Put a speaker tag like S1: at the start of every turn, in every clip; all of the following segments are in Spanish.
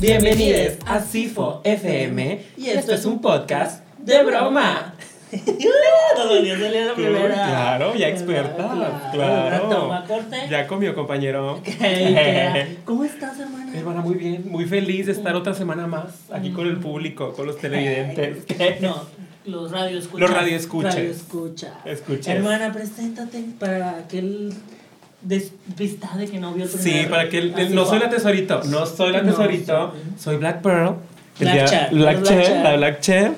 S1: Bienvenidos a Sifo FM y esto es un podcast de broma. Nos volvió a salir la
S2: Tú,
S1: primera.
S2: claro, ya experta, claro.
S1: Toma, corte.
S2: Ya comió, compañero.
S1: Ey, ¿qué? ¿Cómo estás, hermana?
S2: Hermana, muy bien, muy feliz de estar otra semana más aquí con el público, con los televidentes.
S1: No, los radio escuchas.
S2: Los radioescuchas. Escuches.
S1: Hermana, preséntate para aquel despistado de que no vio el primer
S2: Sí, para que el- el-
S1: Así
S2: no
S1: va.
S2: soy la tesorito, no soy la
S1: No,
S2: tesorito,
S1: sí.
S2: soy Black Pearl. El
S1: Black
S2: día-
S1: Chair,
S2: Black
S1: eres Black
S2: Chair,
S1: Chair.
S2: la Black Chair.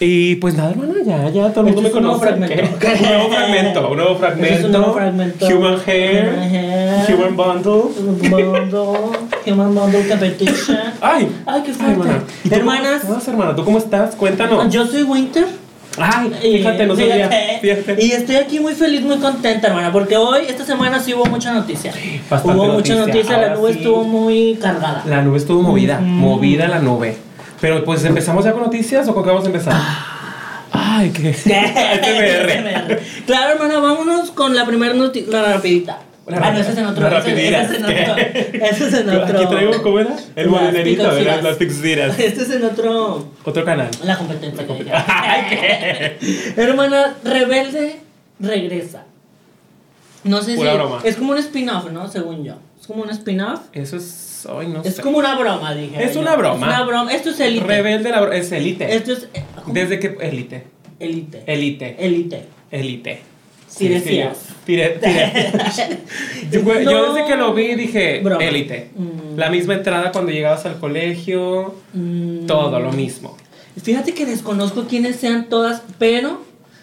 S2: Y pues nada, hermana, ya, ya, todo el mundo
S1: Este
S2: me
S1: es un nuevo
S2: conoce.
S1: fragmento.
S2: ¿qué? Un nuevo fragmento, un nuevo
S1: Este es un nuevo fragmento.
S2: Human Hair, Human Bundle.
S1: Mondo, Human Mondo Competition.
S2: ¡Ay!
S1: Ay, qué
S2: Ay,
S1: fuerte.
S2: ¿Y tú
S1: Hermanas.
S2: cómo estás, hermana? ¿Tú cómo estás? Cuéntanos.
S1: Yo soy Winter.
S2: Ay,
S1: y-
S2: fíjate, no sabía.
S1: fíjate.
S2: Fíjate.
S1: Y estoy aquí muy feliz, muy contenta, hermana, porque hoy, esta semana sí hubo mucha noticia.
S2: bastante
S1: hubo mucha
S2: noticia.
S1: noticia, la
S2: Ahora
S1: nube
S2: sí.
S1: estuvo muy cargada.
S2: La nube estuvo movida,
S1: Ujú.
S2: movida la nube. Pero pues, ¿empezamos ya con noticias o con qué vamos a empezar?
S1: Ah.
S2: Ay, qué. SMR.
S1: claro, hermana, vámonos con la primera noticia, la rapidita.
S2: La
S1: ah, no, ese es en otro.
S2: la
S1: ese,
S2: rapidita.
S1: ese es en otro. Ese es en otro.
S2: Aquí traigo, ¿cómo era? El
S1: Las
S2: bolinerito,
S1: picoxiras.
S2: ¿verdad? Las pixiras.
S1: Este es en otro.
S2: Otro canal.
S1: La competencia que dije.
S2: Ay, qué.
S1: Hermana, Rebelde regresa. No sé
S2: Pura
S1: si.
S2: broma.
S1: Es como un spin-off, ¿no? Según yo. Es como un spin-off.
S2: Eso es. Ay, no
S1: Es
S2: sé.
S1: como una broma, dije.
S2: Es
S1: yo.
S2: una broma.
S1: Es una broma. Esto es elite.
S2: Rebelde la bro- Es elite.
S1: Esto es. eh, ¿cómo?
S2: Desde que. Elite.
S1: Elite.
S2: Elite.
S1: Elite.
S2: Elite.
S1: Sí, decías.
S2: Tire- tire- Yo, güey, yo desde que lo vi dije
S1: Broma.
S2: élite.
S1: Mm.
S2: La misma entrada cuando llegabas al colegio,
S1: Mm.
S2: todo lo mismo.
S1: Fíjate que desconozco quiénes sean todas, pero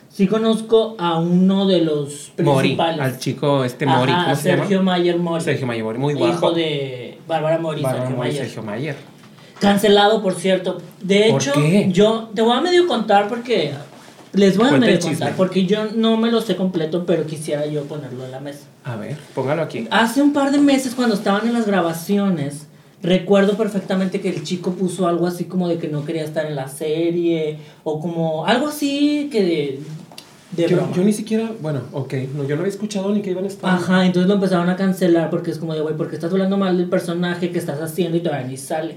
S1: sí conozco a uno de los
S2: Mori,
S1: principales.
S2: al chico este Mori,
S1: Ajá,
S2: ¿cómo se
S1: Sergio
S2: llama?
S1: Mayer Mori.
S2: Sergio Mayer Mori, muy
S1: Hijo
S2: guapo.
S1: de Bárbara Mori,
S2: Bárbara
S1: Sergio
S2: Mori,
S1: Mayer.
S2: Sergio Mayer.
S1: Cancelado, por cierto. De
S2: ¿Por
S1: hecho,
S2: qué?
S1: yo te voy a medio contar porque les voy a
S2: Cuenta el
S1: medio
S2: chisme.
S1: contar porque yo no me lo sé completo, pero quisiera yo ponerlo en la mesa.
S2: A ver, póngalo aquí.
S1: Hace un par de meses cuando estaban en las grabaciones, recuerdo perfectamente que el chico puso algo así como de que no quería estar en la serie o como algo así que de, de
S2: Yo,
S1: broma.
S2: yo ni siquiera, bueno, ok, no, yo no había escuchado ni que iban a estar.
S1: Ajá, entonces lo empezaron a cancelar porque es como de, güey, ¿por qué estás hablando mal del personaje que estás haciendo y todavía ni sale?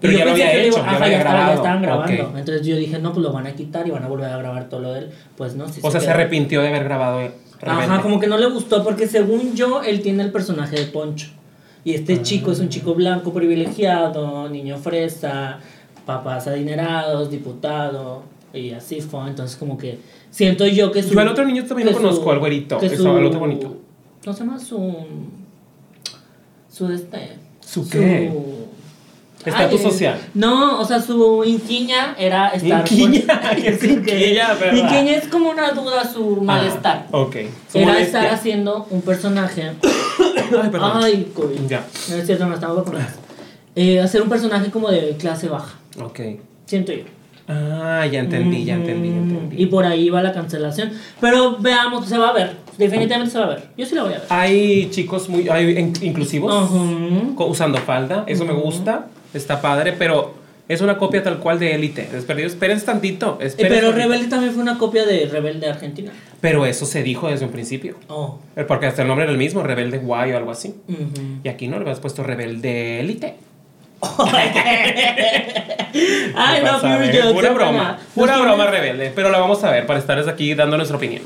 S2: Pero
S1: Y
S2: ya lo
S1: pensé
S2: había
S1: que le
S2: hecho,
S1: iba-
S2: ya lo
S1: ajá,
S2: había
S1: estaba-
S2: grabado.
S1: estaban grabando.
S2: Ok.
S1: Entonces yo dije, no, pues lo van a quitar y van a volver a grabar todo lo de él. Pues no, sí
S2: o sea, se
S1: quedó.
S2: arrepintió de haber grabado. eh,
S1: Ajá,
S2: Rebelde.
S1: como que no le gustó porque según yo, él tiene el personaje de Poncho. Y este
S2: Ah.
S1: chico es un chico blanco privilegiado, niño fresa, papás adinerados, diputado, y así fue. Entonces como que siento yo que su...
S2: Yo al otro niño también lo
S1: que
S2: conozco,
S1: su-
S2: al güerito,
S1: que
S2: eso,
S1: su-
S2: al otro bonito.
S1: ¿Cómo se llama? Su... Su este...
S2: ¿Su qué? Estatus social.
S1: No, o sea, su inquiña era estar... con-
S2: Inquiña, ¿qué es
S1: Su
S2: inquiña, verdad?
S1: Inquiña es como una duda, su
S2: Ah,
S1: malestar.
S2: ok. Su
S1: Era
S2: molestia.
S1: estar haciendo un personaje.
S2: Ay, perdón.
S1: Ay, COVID.
S2: Ya.
S1: No es cierto, no estamos vacunados. Eh, hacer un personaje como de clase baja.
S2: Ok.
S1: Siento yo.
S2: Ah, ya entendí, ya entendí, ya
S1: Mm,
S2: entendí.
S1: Y por ahí va la cancelación. Pero veamos, se va a ver. Definitivamente se va a ver. Yo sí la voy a ver.
S2: Hay chicos muy hay in- inclusivos
S1: Ujú.
S2: co- usando falda, eso me gusta, está padre, pero es una copia tal cual de élite. Esperen, esperen tantito,
S1: Eh,
S2: esperen
S1: pero
S2: tantito.
S1: Rebelde también fue una copia de Rebelde Argentina.
S2: Pero eso se dijo desde un principio,
S1: Oh.
S2: eh, porque hasta el nombre era el mismo, Rebelde Guay o algo así.
S1: ujú.
S2: Y aquí no le habías puesto Rebelde Élite.
S1: Ay, no,
S2: Vas a
S1: Pure
S2: ver,
S1: Jokes.
S2: Pura
S1: hermana.
S2: broma,
S1: Nos
S2: pura
S1: tiene-
S2: broma rebelde, pero la vamos a ver para estar desde aquí dando nuestra opinión.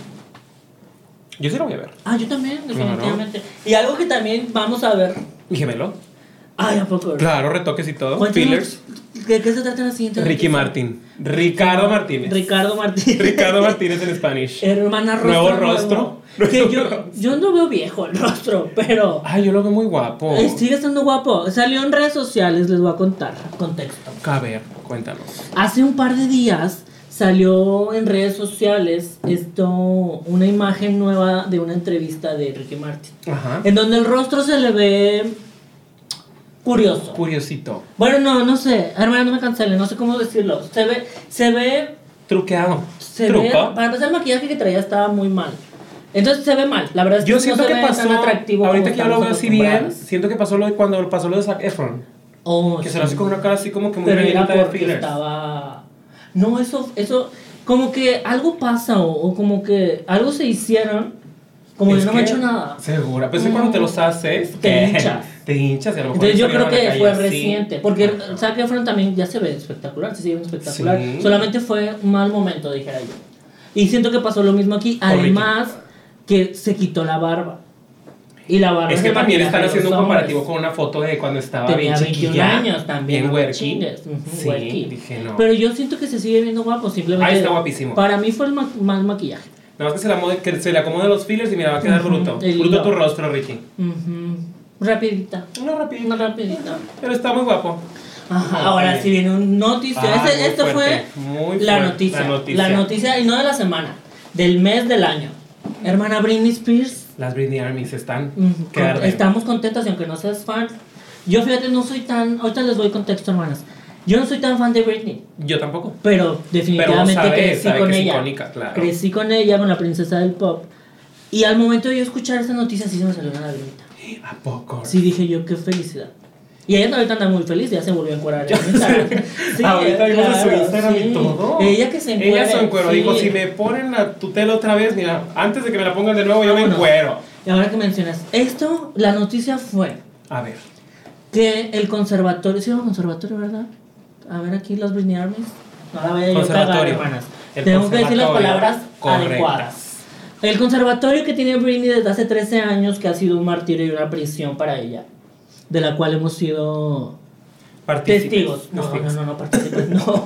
S2: Yo sí la voy a ver.
S1: Ah, yo también,
S2: Claro.
S1: definitivamente. Y algo que también vamos a ver.
S2: Y Gemelo.
S1: Ay, ¿a poco?
S2: Claro, retoques y todo.
S1: Cuéntanos,
S2: Fillers.
S1: ¿De qué se trata la siguiente?
S2: Ricky
S1: noticia?
S2: Martin. Ricardo Martínez.
S1: Ricardo Martínez.
S2: Ricardo Martínez en Spanish.
S1: Hermana Rostro.
S2: Nuevo
S1: nuevo.
S2: rostro.
S1: Que
S2: Nuevo
S1: yo,
S2: rostro.
S1: yo no veo viejo el rostro, pero
S2: Ay, yo lo veo muy guapo.
S1: eh, sigue estando guapo. Salió en redes sociales, les voy a contar. Contexto.
S2: A ver, cuéntanos.
S1: Hace un par de días salió en redes sociales esto una imagen nueva de una entrevista de Ricky Martin.
S2: Ajá.
S1: En donde el rostro se le ve curioso.
S2: Curiosito.
S1: Bueno, no, no sé. Hermana, no me cancele, no sé cómo decirlo. Se ve, se ve
S2: Truqueado.
S1: se ve,
S2: Truco.
S1: para empezar el maquillaje que traía estaba muy mal. Entonces se ve mal, la verdad es que
S2: Yo
S1: no
S2: siento
S1: se
S2: que
S1: ve
S2: pasó.
S1: tan atractivo
S2: Ahorita
S1: como
S2: que yo lo veo
S1: estamos
S2: así bien,
S1: acostumbrados.
S2: siento que pasó lo de cuando pasó lo de Zac Efron.
S1: Oh,
S2: Que
S1: sí.
S2: se lo hace con una cara así como que muy
S1: Pero era
S2: rellenita de
S1: porque
S2: fillers.
S1: estaba No, eso eso como que algo pasa o, o como que algo se hicieron como
S2: Es
S1: yo no me he
S2: que-
S1: hecho nada.
S2: Segura. Pues es cuando te los haces.
S1: Te
S2: que-
S1: hinchas.
S2: te hinchas y a lo mejor.
S1: Entonces yo
S2: salieron
S1: creo
S2: a la
S1: que
S2: calle
S1: fue
S2: así.
S1: reciente, porque
S2: Ajá.
S1: Zac Efron también ya se ve espectacular, se sigue viendo espectacular.
S2: Sí.
S1: Solamente fue un mal momento, dijera yo. Y siento que pasó lo mismo aquí,
S2: Ricky.
S1: además que se quitó la barba. Y la barba
S2: Es
S1: se
S2: que también
S1: maquillaje
S2: están
S1: de
S2: haciendo
S1: los
S2: un comparativo
S1: hombres.
S2: con una foto de cuando estaba
S1: Tenía
S2: bien
S1: 21
S2: chiquilla.
S1: años también,
S2: Bien
S1: no
S2: huerqui.
S1: chingues, ujú,
S2: Sí,
S1: huerqui.
S2: dije no.
S1: Pero yo siento que se sigue viendo guapo, simplemente.
S2: Ahí está guapísimo.
S1: Para mí fue el ma- mal maquillaje.
S2: Nada más que se le, acomode, que se le acomoden los fillers y mira, va a quedar
S1: Ujú,
S2: bruto.
S1: el
S2: Bruto
S1: hilo.
S2: tu rostro, Ricky.
S1: Ujú. Rapidita.
S2: Una
S1: Una
S2: rapidita.
S1: rapidita.
S2: Pero está muy guapo.
S1: Ajá,
S2: Ah,
S1: ahora
S2: sí.
S1: sí viene un noticia.
S2: Ah,
S1: Este-
S2: muy
S1: esta
S2: fuerte,
S1: fue
S2: muy
S1: la,
S2: fuerte,
S1: noticia,
S2: la
S1: la
S2: noticia.
S1: noticia. y no de la semana, del mes, del año. Hermana Britney Spears,
S2: Las Britney Armies están.
S1: mm,
S2: que
S1: con-
S2: arden.
S1: estamos contentas y aunque no seas fan. Yo fíjate, no soy tan. Ahorita les doy contexto, hermanas. Yo no soy tan fan de Britney,
S2: Yo tampoco.
S1: pero definitivamente
S2: sabe,
S1: crecí
S2: sabe
S1: con
S2: que es
S1: ella.
S2: icónica, claro.
S1: Crecí con ella, con la princesa del pop. Y al momento de yo escuchar esa noticia, sí se me salió una lagrimita.
S2: ¿A poco?
S1: Sí, dije yo, qué felicidad. Y ella ahorita anda muy feliz, ya se volvió a encuadrar en Instagram.
S2: Ahorita vimos a su
S1: claro,
S2: Instagram
S1: sí.
S2: y todo.
S1: Ella que se encuera.
S2: Ella se encueró. Dijo: si me ponen la tutela otra vez, mira, antes de que me la pongan de nuevo, yo me
S1: Vámonos.
S2: encuero.
S1: Y ahora que mencionas esto, la noticia fue
S2: A ver.
S1: que el conservatorio, sí, era un conservatorio, ¿verdad? A ver aquí los Britney Armies. No la vaya yo a cagar,
S2: Conservatorio.
S1: hermanas.
S2: El
S1: Tengo que decir las
S2: conservatorio.
S1: palabras
S2: Correctas.
S1: adecuadas. El conservatorio que tiene Britney desde hace 13 años, que ha sido un martirio y una prisión para ella, de la cual hemos sido
S2: Partícipes.
S1: Testigos. No, no,
S2: Testigos.
S1: no, no, partícipes, no.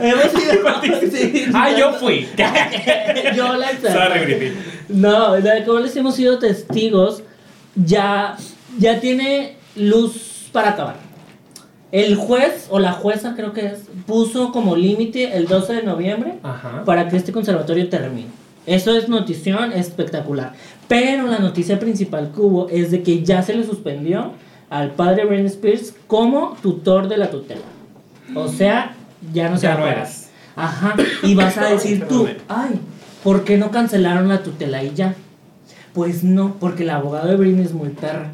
S1: Hemos sido partícipes.
S2: Ah, yo fui.
S1: yo la
S2: Sorry, Britney.
S1: No, de que les hemos sido testigos, ya, ya tiene luz para acabar. El juez o la jueza, creo que es, puso como límite el 12 de noviembre
S2: Ajá.
S1: para que este conservatorio termine. Eso es notición espectacular. Pero la noticia principal que hubo es de que ya se le suspendió al padre Britney Spears como tutor de la tutela. O sea, ya no se
S2: Ya
S1: va a
S2: no
S1: pagar.
S2: eres.
S1: Ajá. Y vas a
S2: Ay,
S1: decir tú,
S2: perdóname.
S1: ay, ¿por qué no cancelaron la tutela y ya? Pues no, porque el abogado de Britney es muy perra.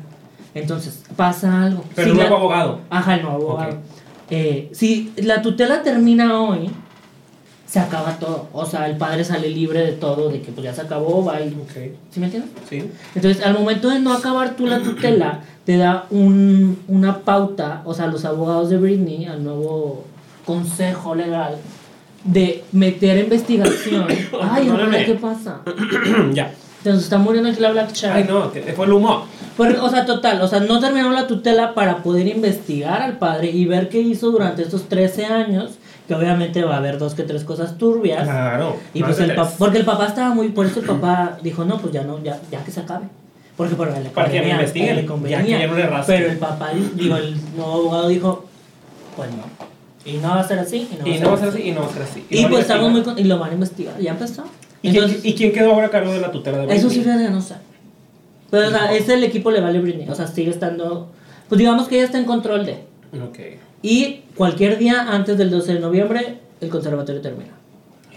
S1: Entonces, pasa algo.
S2: Pero
S1: Si
S2: no
S1: la-
S2: fue abogado.
S1: Ajá, el nuevo abogado.
S2: Ok.
S1: Eh, si la tutela termina hoy, se acaba todo. O sea, el padre sale libre de todo, de que pues ya se acabó, va y...
S2: Ok.
S1: ¿Sí me entiendes?
S2: Sí.
S1: Entonces, al momento de no acabar tú la tutela, te da un- una pauta, o sea, los abogados de Britney, al nuevo consejo legal, de meter investigación. Ay,
S2: Perdóname.
S1: hermana, ¿qué pasa?
S2: ya.
S1: Entonces, está muriendo aquí la Black Shark.
S2: Ay, no, que fue el humo.
S1: Por- o sea, total, o sea, no terminaron la tutela para poder investigar al padre y ver qué hizo durante estos 13 años, que obviamente va a haber dos que tres cosas turbias.
S2: Claro.
S1: Y
S2: no
S1: pues
S2: hace
S1: el
S2: tres.
S1: pa- porque el papá estaba muy, por eso el papá dijo, no, pues ya no, ya, ya que se acabe. Porque por le
S2: Para que me
S1: convenía,
S2: investiguen,
S1: le
S2: ya
S1: convenía.
S2: que ya no le rasquen.
S1: Pero el papá, digo, el nuevo abogado dijo, pues no. Y no va a ser así, y no va
S2: Y
S1: a
S2: no va a ser
S1: ser así.
S2: así, y no va a ser así.
S1: Y
S2: lo
S1: pues
S2: van a
S1: estamos muy
S2: investigar.
S1: con- y lo van a investigar, ya empezó.
S2: ¿Y, quién, ¿Y quién quedó ahora a cargo de la tutela de
S1: Eso sí,
S2: Britney?
S1: fíjate, no sé. Pero, o sea, es el equipo le vale Britney. O sea, sigue estando. Pues digamos que ella está en control de.
S2: Ok.
S1: Y cualquier día antes del 12 de noviembre, el conservatorio termina.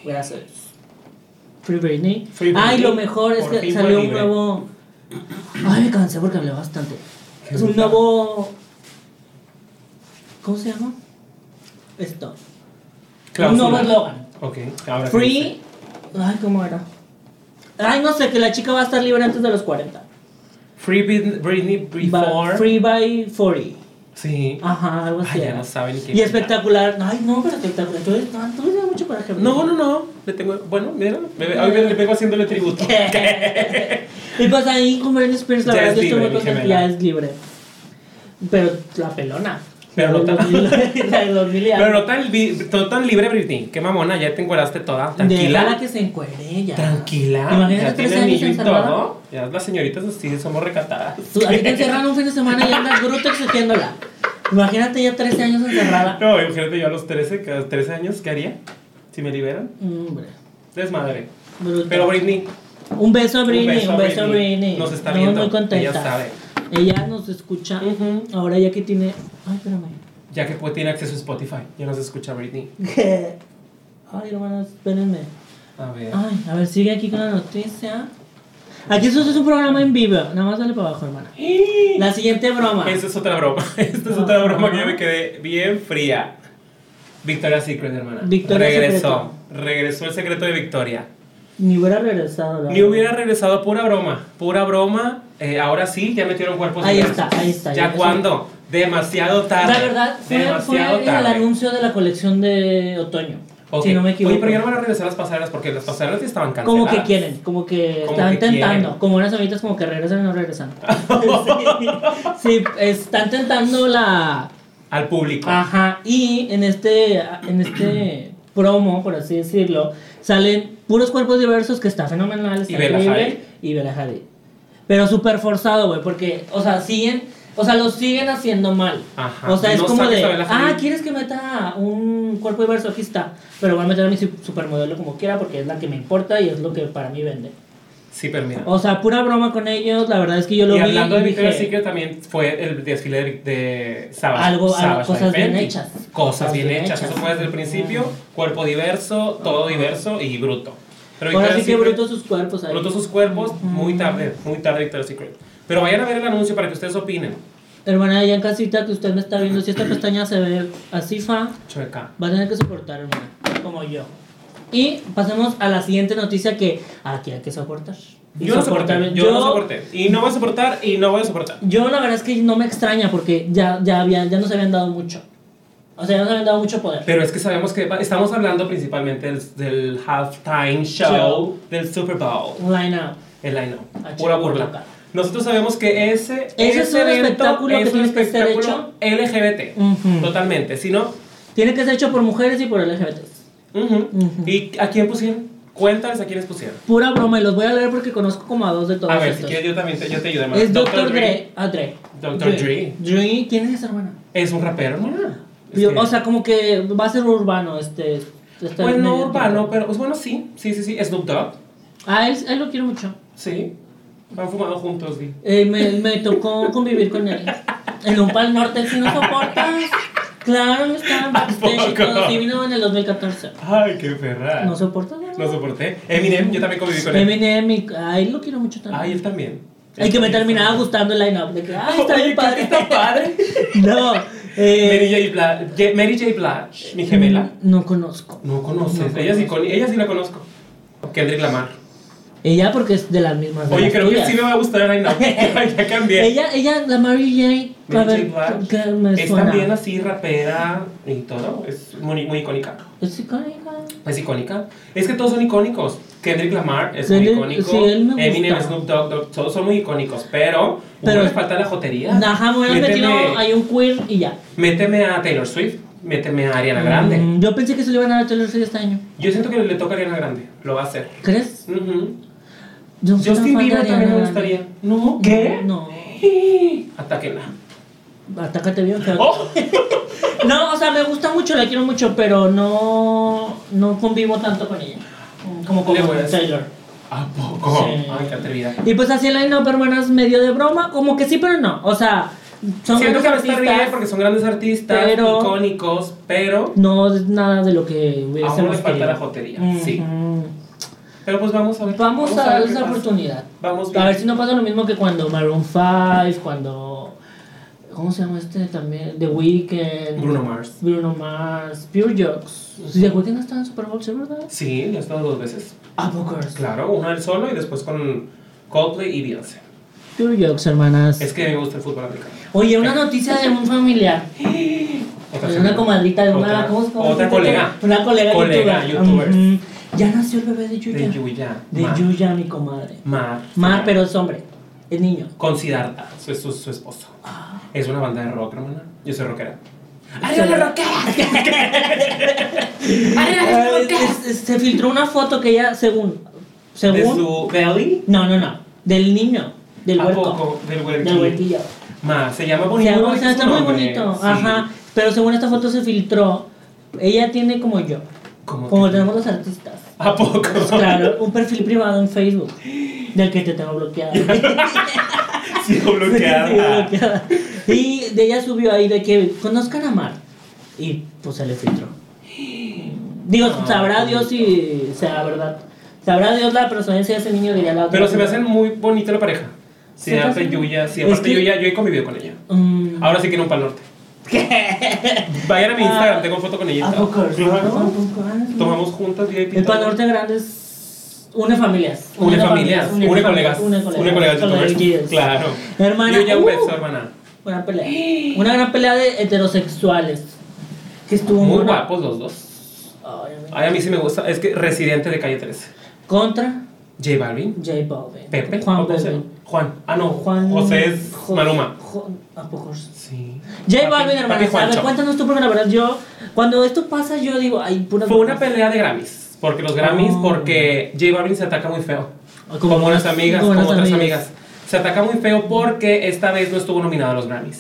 S1: Gracias. Free Britney.
S2: Free Britney.
S1: Ay, lo mejor es
S2: Por
S1: que
S2: fin
S1: salió
S2: fue
S1: un
S2: libre.
S1: nuevo. Ay, me cansé porque hablé bastante.
S2: Qué
S1: es un
S2: brutal.
S1: nuevo. ¿Cómo se llama? Esto. Un nuevo
S2: Cláusula.
S1: eslogan.
S2: Ok. Ahora sí dice.
S1: Free. Ay, ¿cómo era? Ay, no sé, que la chica va a estar libre antes de los 40.
S2: Free Britney, Britney Before.
S1: Ba- Free by 40.
S2: Sí.
S1: Ajá, algo así.
S2: Ay, ya
S1: era.
S2: no saben qué
S1: Y espectacular. Ay, no, pero espectacular. Tú eres, no, tú eres de mucho coraje.
S2: No, no, no. Le tengo. Bueno, mira. me- hoy me- le vengo haciéndole tributo.
S1: Y pues ahí con Britney Spears, la
S2: Ya
S1: verdad
S2: es
S1: es que estoy
S2: libre,
S1: muy
S2: mi
S1: contenta.
S2: gemela.
S1: Ya es libre. Pero la pelona.
S2: Pero no
S1: La del
S2: tan-
S1: 2000, la del 2000 y algo.
S2: Pero no tan, li- no tan libre, Britney. Qué mamona, ya te encueraste toda.
S1: Déjala
S2: Tranquila.
S1: que se encuere ya.
S2: Tranquila.
S1: Imagínate
S2: ya
S1: tres
S2: tiene
S1: años
S2: anillo y
S1: encerrada.
S2: todo. Ya las señoritas así somos recatadas.
S1: Tú, a ti te encerran un fin de semana y andas bruto exigiéndola. Imagínate ya 13 años encerrada.
S2: No, imagínate yo a los 13, que a los 13 años, ¿qué haría? Si me liberan.
S1: Mm, Hombre,
S2: Desmadre.
S1: bruto.
S2: Pero Britney,
S1: un beso a
S2: un
S1: Britney,
S2: beso
S1: un
S2: a
S1: beso a
S2: Britney.
S1: Britney.
S2: Nos está
S1: Estamos
S2: viendo,
S1: muy contenta.
S2: ella sabe.
S1: Ella nos escucha. Ahora ya que tiene. Ay, espérame.
S2: ya que pues, tiene acceso a Spotify, ya nos escucha Britney.
S1: Ay, hermanas, espérenme.
S2: A ver.
S1: Ay, a ver, sigue aquí con la noticia. Aquí eso es un programa en vivo. Nada más dale para abajo, hermana. La siguiente broma.
S2: Esa es otra broma. Esta es otra broma que yo me quedé bien fría. Victoria's Secret, hermana.
S1: Victoria's
S2: regresó. Regresó el secreto de Victoria.
S1: Ni hubiera regresado, la
S2: Ni
S1: verdad.
S2: hubiera regresado pura broma. Pura broma. eh, ahora sí, ya metieron cuerpos.
S1: Ahí
S2: negros.
S1: está, ahí está, ya
S2: ¿Ya
S1: lo
S2: cuándo? Demasiado tarde.
S1: La verdad, fue, fue
S2: Demasiado
S1: el
S2: tarde.
S1: anuncio de la colección de otoño.
S2: Ok.
S1: Si no me equivoco.
S2: Oye, pero ya no van a regresar las pasarelas porque las pasarelas ya estaban canceladas.
S1: como que quieren, como que
S2: Como
S1: están
S2: que
S1: tentando,
S2: quieren.
S1: como unas amigas como que regresan y no regresan. sí, sí, están tentando la,
S2: Al público.
S1: Ajá, y en este, en este promo, por así decirlo, salen puros cuerpos diversos que está fenomenal, está
S2: Y Bella
S1: increíble,
S2: Hadid.
S1: y Bella Hadid. Pero súper forzado, güey, porque, o sea, siguen, o sea, lo siguen haciendo mal.
S2: Ajá,
S1: O sea, es
S2: no
S1: como
S2: saques
S1: de,
S2: a Bella Hadid.
S1: ah, ¿quieres que meta un cuerpo diverso? Aquí está, pero voy a meter a mi su- supermodelo como quiera porque es la que me importa y es lo que para mí vende.
S2: Sí, pero mira.
S1: O sea, pura broma con ellos, la verdad es que yo lo
S2: y
S1: vi
S2: hablando de
S1: y
S2: Victoria's
S1: dije,
S2: Secret también fue el desfile de, de Savage.
S1: Algo- algo-
S2: Savage by
S1: cosas bien
S2: Fenty.
S1: hechas.
S2: Cosas bien hechas.
S1: hechas.
S2: Eso fue desde el principio. Cuerpo diverso, todo diverso y bruto. Pero
S1: ahora sí
S2: Victoria's
S1: que
S2: Secret-
S1: brutos sus cuerpos ahí.
S2: Bruto sus cuerpos, muy tarde, muy tarde Victoria's Secret. Pero vayan a ver el anuncio para que ustedes opinen.
S1: Hermana, allá en casita que usted me está viendo, si esta pestaña se ve así, fa,
S2: Chueca.
S1: va a tener que soportar, hermana, como yo. Y pasemos a la siguiente noticia que aquí hay que soportar. Y
S2: Yo no
S1: soportar-
S2: soporté, yo, no soporté. Y no voy a soportar y no voy a soportar.
S1: yo la verdad es que no me extraña porque ya, ya, había, ya nos habían dado mucho. O sea, ya nos habían dado mucho poder.
S2: Pero es que sabemos que va- estamos hablando principalmente del, del halftime show,
S1: Show.
S2: del Super Bowl.
S1: Line up.
S2: El line
S1: Ah,
S2: up, pura
S1: chico,
S2: burla.
S1: toca.
S2: Nosotros sabemos que ese,
S1: Ese es un
S2: evento
S1: espectáculo que
S2: es un
S1: tiene que ser
S2: espectáculo LGBT.
S1: Ujú.
S2: Totalmente. Si no,
S1: Tiene que ser hecho por mujeres y por LGBTs.
S2: ujú. ¿y a quién pusieron? Cuéntales a quiénes pusieron.
S1: Pura broma, y los voy a leer porque conozco como a dos de todos.
S2: a ver, si
S1: estos.
S2: quieres, yo también te, yo te ayudo.
S1: Es
S2: Dr.
S1: Dr.
S2: Dre
S1: Dre. Ah, Dre.
S2: Dr. Dre.
S1: Dre, ¿quién es esa hermana?
S2: Es un rapero, ¿no? Es
S1: Yo-
S2: que-
S1: o sea, como que va a ser urbano este. este
S2: pues no
S1: medio
S2: urbano,
S1: tiempo.
S2: pero pues, bueno, sí, sí, sí, sí. Snoop Dogg,
S1: Ah, él, él lo quiero mucho.
S2: sí. Han fumado juntos, sí.
S1: Eh, me, me tocó convivir con él. En un pal norte, si no soportas. Claro, no estaba en backstage y
S2: poco?
S1: todo. Sí, vino en el 2014.
S2: Ay, qué perra.
S1: No soportas, ¿no?
S2: No soporté. Eminem, yo también conviví con él.
S1: Eminem, y- a él lo quiero mucho también.
S2: Ay, él también.
S1: el que me terminaba gustando el line-up. De que, ay, está
S2: Oye,
S1: bien
S2: creo que
S1: padre.
S2: está padre.
S1: no, eh, Mm,
S2: Mary J. Blige, Ye- Mary J. Blige, mi gemela.
S1: no conozco.
S2: No conoces. ella, sí, con- ella sí la conozco. Kendrick Lamar.
S1: Ella porque es de las mismas. de
S2: Oye,
S1: las
S2: creo que
S1: tuyas.
S2: sí me va a gustar el line-up. ya cambié.
S1: Ella, ella, la Mary J. A
S2: Mary
S1: ver,
S2: J.
S1: ¿qué- qué me
S2: Blige es
S1: suena?
S2: también así rapera y todo. Es muy, muy icónica.
S1: Es icónica.
S2: Es icónica. Es que todos son icónicos. Kendrick Lamar es
S1: Kendrick-
S2: muy icónico.
S1: sí, él me
S2: Eminem,
S1: gusta.
S2: Snoop Dogg, Dogg, todos son muy icónicos. Pero,
S1: Pero-
S2: pero les falta la jotería.
S1: Ajá, me hubieran
S2: méteme,
S1: metido, hay un queer y ya.
S2: méteme a Taylor Swift, méteme a Ariana Grande.
S1: Mm, Yo pensé que se lo iban a dar a Taylor Swift este año.
S2: Yo siento que le toca a Ariana Grande. Lo va a hacer.
S1: ¿Crees?
S2: Ujú.
S1: Yo no soy
S2: Justin
S1: tan fan de
S2: Bieber también me
S1: Ariana Grande.
S2: gustaría. ¿No?
S1: No.
S2: Atáquenla.
S1: Atácate bien, feo.
S2: ¡Oh!
S1: No, o sea, me gusta mucho, la quiero mucho, pero no, no convivo tanto con ella. Mm, Como con
S2: Le voy a decir.
S1: Taylor.
S2: ¿A poco?
S1: Sí.
S2: Ay, qué atrevida.
S1: Y pues así el line-up, hermanas, medio de broma. Como que sí, pero no. O sea, son
S2: Siento
S1: grandes
S2: que va a estar
S1: artistas,
S2: bien porque son grandes artistas,
S1: pero-
S2: icónicos, pero
S1: No es nada de lo que hubiésemos
S2: aún les falta
S1: querido.
S2: la jotería.
S1: Ujú.
S2: Sí. Pero pues vamos a ver.
S1: Vamos, a
S2: ver
S1: darles
S2: qué
S1: la
S2: pasa.
S1: oportunidad.
S2: Vamos
S1: A
S2: bien.
S1: ver si no pasa lo mismo que cuando Maroon 5, cuando. ¿Cómo se llama este también? The Weeknd.
S2: Bruno Mars.
S1: Bruno Mars. Pure Jokes. ¿The Weeknd estaba en Super Bowl, sí, verdad?
S2: Sí, lo he estado dos veces.
S1: Ah, pocos.
S2: Claro, uno él solo y después con Coldplay y Beyoncé.
S1: Pure Jokes, hermanas.
S2: Es que me gusta el fútbol americano.
S1: Oye, una noticia de un familiar. De una
S2: semana.
S1: comadrita, de una.
S2: Otra-
S1: ¿cómo- cómo
S2: Otra
S1: dijiste?
S2: colega.
S1: Una colega,
S2: Colega,
S1: youtuber.
S2: youtuber.
S1: Ujú. Ya nació el bebé de Yuya.
S2: De Yuya.
S1: De
S2: Mar.
S1: Yuya, mi comadre.
S2: Mar.
S1: Mar, pero es hombre. Es niño.
S2: Con Siddhartha, su, su, su esposo. Ah. Es una banda de rock, hermana. Yo soy rockera.
S1: ¡Arriba la Eh, es- es- se filtró una foto que ella, según.
S2: ¿De
S1: Según.
S2: su belly?
S1: No, no, no. Del niño. Del
S2: ¿A
S1: huerco.
S2: poco? Del
S1: Del
S2: huerquillo.
S1: huerquillo.
S2: Ma, se llama
S1: O
S2: bonito.
S1: sea, o
S2: bonito
S1: sea, está
S2: su
S1: muy
S2: nombre.
S1: bonito.
S2: Sí.
S1: Ajá. Pero según esta foto se filtró. Ella tiene como yo.
S2: ¿Cómo
S1: Como
S2: que?
S1: tenemos los artistas. pues,
S2: ¿A poco?
S1: Claro, un perfil privado en Facebook. Del que te tengo bloqueado.
S2: Sigo bloqueada.
S1: Sí, bloqueada. Y de ella subió ahí de que conozcan a Mar. Y pues se le filtró. Digo,
S2: Ah,
S1: sabrá Dios si sea verdad. Sabrá Dios la procedencia de ese niño que ya la otra
S2: Pero se me
S1: persona.
S2: hacen muy bonita la pareja. Sí,
S1: Se te
S2: aparte
S1: hacen-
S2: Yuya, sí,
S1: Es
S2: aparte
S1: que-
S2: Yuya, yo he convivido con ella.
S1: Mm,
S2: Ahora sí que en un pal norte. Vayan a mi
S1: Ah.
S2: Instagram, tengo foto con ella. y
S1: ¿A
S2: todo.
S1: poco?
S2: Claro.
S1: ¿A poco? Ah, sí.
S2: Tomamos juntas VIP.
S1: El
S2: todo.
S1: panorte grande es Une familias.
S2: Une familias, une colegas,
S1: Une
S2: une colegas youtubers.
S1: coleguillas.
S2: Claro.
S1: Hermana,
S2: Yuya
S1: uh,
S2: Webster, hermana.
S1: Una pelea. Una gran pelea de heterosexuales. Que estuvo
S2: Muy
S1: buena.
S2: guapos los dos.
S1: Ay, amigo.
S2: Ay, a mí sí me gusta. Es que Residente de Calle 13.
S1: Contra
S2: J Balvin.
S1: J Balvin.
S2: Pepe.
S1: Juan
S2: ¿o cómo se
S1: Pepe.
S2: llama? Juan. Ah, no.
S1: Juan
S2: José es
S1: Jo-
S2: Maluma.
S1: Jo- ¿A poco?
S2: Sí.
S1: J
S2: Papi-
S1: Balvin,
S2: Papi
S1: hermana. A ver,
S2: Juancho.
S1: cuéntanos tú, porque la verdad yo... Cuando esto pasa, yo digo, ay, pura...
S2: Fue una pelea de Grammys. Porque los Grammys,
S1: Oh. Ah,
S2: porque J Balvin se ataca muy feo.
S1: Como
S2: Como,
S1: unas-
S2: unas amigas,
S1: como
S2: como,
S1: unas
S2: otras
S1: amigas.
S2: amigas. Se ataca muy feo porque esta vez no estuvo nominado a los Grammys.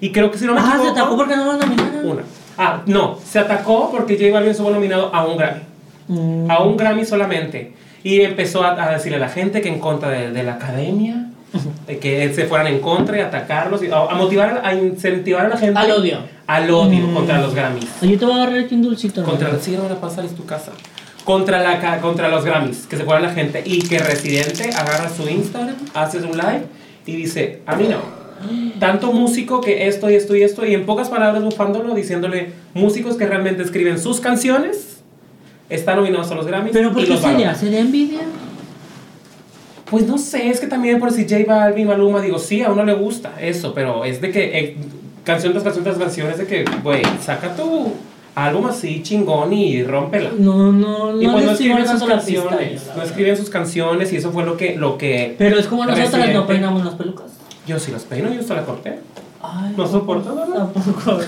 S2: Y creo que si no me
S1: Ah, se
S2: equivoco-
S1: atacó porque no lo nominaron.
S2: Una. Ah, no. Se atacó porque J Balvin estuvo nominado a un Grammy.
S1: Mm.
S2: a un Grammy solamente. Y empezó a, a decirle a la gente que en contra de, de la academia, de que se fueran en contra y atacarlos, y a, a motivar, a incentivar a la gente.
S1: Al odio. Mm.
S2: Al odio contra los Grammys.
S1: Oye, te voy a agarrar aquí un dulcito. hermana.
S2: Contra, sí, ahora pásales tu casa. Contra, la, ca- contra los Grammys, que se fuera la gente. Y que Residente agarra su Instagram, hace un live y dice, a mí no. Tanto músico que esto y esto y esto, y en pocas palabras bufándolo, diciéndole músicos que realmente escriben sus canciones, están nominados a los Grammys.
S1: ¿Pero por
S2: y
S1: qué
S2: los
S1: sería?
S2: valoran.
S1: ¿Sería envidia?
S2: Pues no sé, es que también por si J Balvin, Maluma, digo, sí, a uno le gusta eso, pero es de que eh, canción tras canción tras canción es de que, güey, saca tu álbum así chingón y rómpela.
S1: No, no, no.
S2: y pues no
S1: decimos
S2: escriben sus
S1: tanto la pista,
S2: canciones,
S1: yo, la
S2: no
S1: verdad.
S2: escriben sus canciones y eso fue lo que, lo que
S1: Pero es como nosotras
S2: Residente.
S1: no peinamos las pelucas.
S2: yo sí los peino, yo hasta la corté,
S1: Ay,
S2: no soporto nada.
S1: Tampoco.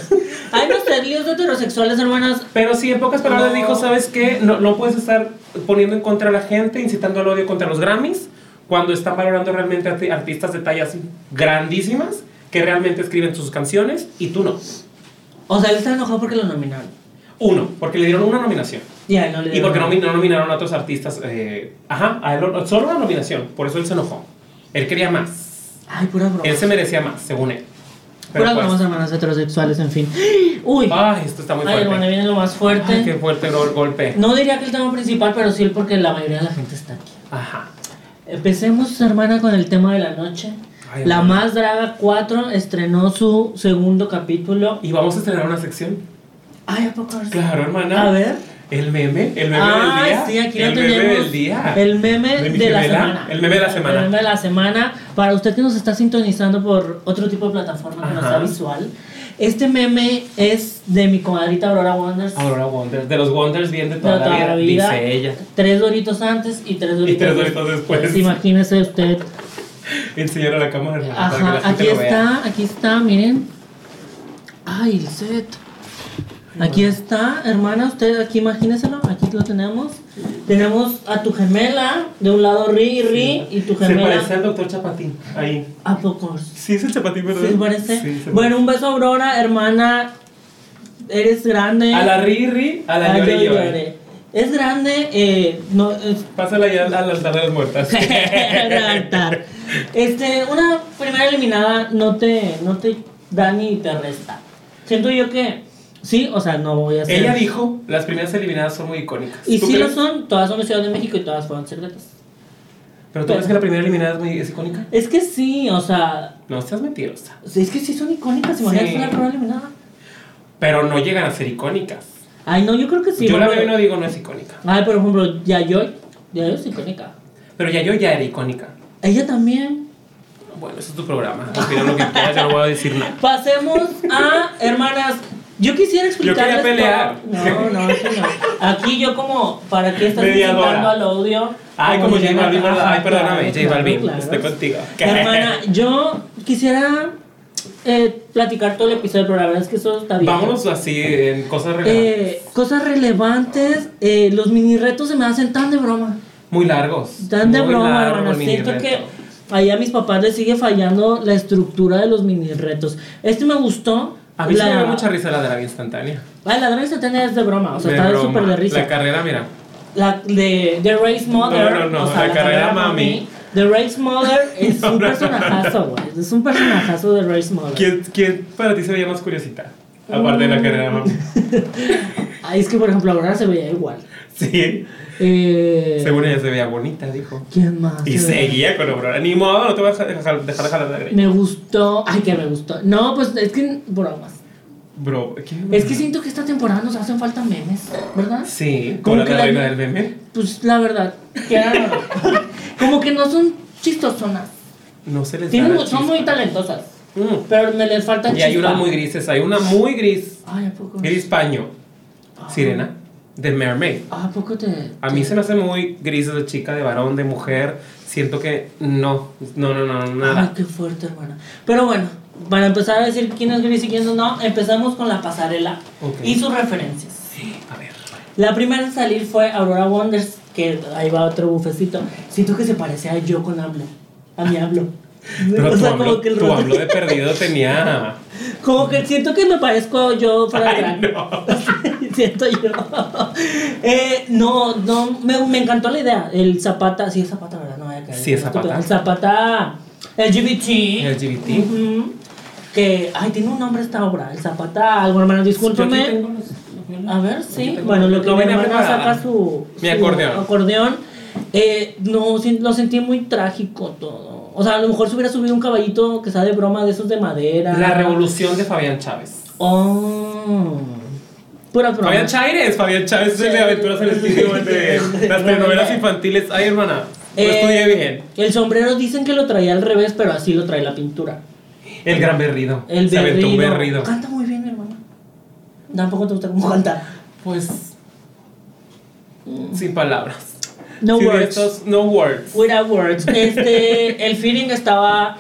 S1: Hay unos líos heterosexuales, hermanas.
S2: Pero sí, en pocas palabras
S1: No.
S2: dijo, ¿sabes qué? No, no puedes estar poniendo en contra a la gente, incitando al odio contra los Grammys, cuando están valorando realmente arti- artistas de tallas grandísimas que realmente escriben sus canciones y tú no.
S1: O sea, él está enojado porque lo nominaron.
S2: Uno, porque le dieron una nominación.
S1: Y a él no le
S2: Y porque
S1: dieron
S2: no,
S1: nada.
S2: no nominaron a otros artistas. eh, ajá, a él lo- solo una nominación. Por eso él se enojó. Él quería más.
S1: Ay, pura broma.
S2: Él se merecía más, según él. Pero
S1: Puras
S2: pues,
S1: bromas, hermanas heterosexuales, en fin. Uy.
S2: ay, esto está muy
S1: Ay, hermana,
S2: fuerte.
S1: viene lo más fuerte.
S2: Ay, qué fuerte gol- golpe.
S1: No diría que el tema principal, pero sí el porque la mayoría de la gente está aquí.
S2: Ajá.
S1: Empecemos, hermana, con el tema de la noche.
S2: Ay,
S1: la
S2: hermana.
S1: Más Draga 4 estrenó su segundo capítulo.
S2: Y vamos a estrenar una sección.
S1: Ay, ¿a poco?
S2: Claro, hermana.
S1: A ver.
S2: El meme, el meme
S1: ah,
S2: del día.
S1: sí, aquí
S2: el
S1: lo
S2: meme
S1: tenemos.
S2: del día.
S1: El meme
S2: De
S1: de,
S2: mi
S1: la
S2: gemela.
S1: semana.
S2: El meme de la semana.
S1: El meme de la semana. Para usted que nos está sintonizando por otro tipo de plataforma que no
S2: Ajá.
S1: sea visual, este meme es de mi comadrita Aurora Wonders.
S2: Aurora Wonders. De los Wonders bien de
S1: De
S2: toda,
S1: toda la vida.
S2: dice ella.
S1: Tres doritos antes y tres doritos,
S2: Y tres doritos después.
S1: Pues imagínese usted.
S2: Enseñar a la cámara. hermana, para que
S1: Ajá,
S2: la gente
S1: aquí
S2: lo vea.
S1: está, aquí está, miren. Ay, el set. Aquí está, hermana, usted aquí imagínenselo, aquí lo tenemos. Tenemos a tu gemela, de un lado Ri y Ri, y tu
S2: Se
S1: gemela
S2: parece al doctor Chapatín. Ahí.
S1: a pocos.
S2: Sí, es el Chapatín, ¿verdad?
S1: ¿Sí parece?
S2: Sí, se
S1: bueno, un beso Aurora, hermana, eres grande.
S2: A la Riri, a la
S1: Ah,
S2: Llore
S1: yo
S2: Llore.
S1: lloré. Es grande, eh, no, es-
S2: Pásala ya al altar de las muertas.
S1: redactar. Este, una primera eliminada no te, no te da ni te resta. Siento yo que sí, o sea, no voy a hacer.
S2: Ella dijo, las primeras eliminadas son muy icónicas.
S1: Y
S2: ¿Tú
S1: sí lo
S2: crees?
S1: son, todas son de Ciudad de México y todas fueron secretas.
S2: ¿Pero tú crees que la primera eliminada es muy es icónica?
S1: Es que sí, o sea,
S2: No, estás mentirosa.
S1: es que sí son icónicas, imagínate
S2: Sí.
S1: una primera eliminada.
S2: Pero no llegan a ser icónicas.
S1: Ay, no, yo creo que sí.
S2: yo la
S1: porque-
S2: veo y no digo no es icónica.
S1: Ay, por ejemplo, Yayoi, Yayoi es icónica.
S2: Pero ya yo ya era icónica.
S1: Ella también.
S2: Bueno, eso es tu programa. Opina lo que quieras, yo no voy a decir nada.
S1: Pasemos a hermanas. Yo quisiera
S2: quería
S1: explicarles
S2: pelear.
S1: todo- No, no, eso no. Aquí yo como para qué estás
S2: Mediadora.
S1: incitando al odio.
S2: Ay, como J
S1: J
S2: Balvin, ¿verdad? Ay, perdóname, J Balvin,
S1: claro.
S2: estoy contigo.
S1: Hermana, yo quisiera eh, platicar todo el episodio, pero la verdad es que eso está bien.
S2: Vámonos así en cosas relevantes.
S1: Eh, cosas relevantes, eh, los mini retos se me hacen tan de broma.
S2: muy largos.
S1: Tan de
S2: Muy
S1: broma,
S2: largo
S1: hermana.
S2: el mini
S1: Siento que
S2: reto.
S1: ahí a mis papás les sigue fallando la estructura de los mini retos. Este me gustó.
S2: A mí
S1: la...
S2: sí me da mucha risa la de la vida instantánea.
S1: Ah, el ladrón instantáneo es de broma, o sea,
S2: De
S1: está
S2: broma.
S1: súper de
S2: La
S1: risa.
S2: carrera, mira.
S1: La, de The Race Mother,
S2: No, no, no,
S1: o sea,
S2: la carrera mami.
S1: The Race Mother es
S2: No,
S1: un
S2: no, no,
S1: personajazo, güey. Es un personajazo de Race Mother.
S2: ¿Quién, quién para ti se veía más curiosita? Aparte de
S1: Mm.
S2: la carrera, mami.
S1: Ay, es que por ejemplo ahora se veía igual.
S2: Sí.
S1: Eh,
S2: Según ella se veía bonita, dijo.
S1: ¿Quién más?
S2: Y
S1: Se veía?
S2: seguía con Aurora. Ni modo, no te voy a dejar dejar, dejar jalar la greña.
S1: Me gustó. Ay, que me gustó. No, pues es que bromas.
S2: Bro, ¿qué?
S1: Es que siento que esta temporada nos hacen falta memes, ¿verdad?
S2: Sí, como
S1: Como
S2: la
S1: que la-
S2: reina del meme.
S1: Pues la verdad, que, como que no son chistosonas.
S2: No se les da
S1: Tienen-
S2: la
S1: son
S2: chispa.
S1: muy talentosas,
S2: Mm.
S1: pero me les falta
S2: Y hay
S1: chispa.
S2: unas muy grises, hay una muy gris,
S1: Ay, ¿a poco?
S2: gris paño,
S1: Ah.
S2: sirena, de Mermaid.
S1: Ah, ¿A poco te...?
S2: A mí se me hace muy gris de chica, de varón, de mujer. Siento que no, no, no, no,
S1: Ay,
S2: nada.
S1: qué fuerte, hermana. Pero bueno, para empezar a decir quién es gris y quién no, empezamos con la pasarela
S2: Ok.
S1: y sus referencias.
S2: A ver.
S1: La primera en salir fue Aurora Wonders, que ahí va otro bufecito. Siento que se parece a yo con hablo. A mi hablo.
S2: Pero
S1: O
S2: tu
S1: sea,
S2: hablo,
S1: como que el
S2: tu
S1: rostro-
S2: hablo de perdido tenía.
S1: Como que siento que me parezco yo para
S2: Ay,
S1: drag.
S2: no.
S1: siento yo. Eh, no, no, me, me encantó la idea. El Zapata, sí es Zapata, ¿verdad? No voy a caer.
S2: Sí es Zapata.
S1: El Zapata LGBT.
S2: LGBT.
S1: Ujú. Que, ay, tiene un nombre esta obra. El Zapata, algo hermano,
S2: Yo
S1: discúlpame.
S2: aquí tengo los-
S1: A ver, sí.
S2: Yo tengo-
S1: Bueno, lo que
S2: no
S1: mi
S2: venía
S1: hermana
S2: preparada.
S1: saca su,
S2: Mi
S1: su
S2: acordeón.
S1: acordeón, eh, no, sí, lo sentí muy trágico todo. O sea, a lo mejor se hubiera subido un caballito que sea de broma de esos de madera.
S2: La revolución de Fabián Chávez.
S1: Oh. Pura broma.
S2: Fabián Chávez, Fabián Chávez es el de aventuras en el Espíritu, el de las telenovelas infantiles. Ay, hermana, no
S1: Eh,
S2: estudié bien.
S1: El sombrero dicen que lo traía al revés, pero así lo trae la pintura.
S2: El gran berrido.
S1: El
S2: Se aventó un berrido.
S1: Canta muy bien, hermano. Tampoco te gusta cómo canta.
S2: Pues. Sin palabras.
S1: No
S2: Sí, de
S1: words.
S2: estos, no words.
S1: Without words. Este, el feeling estaba.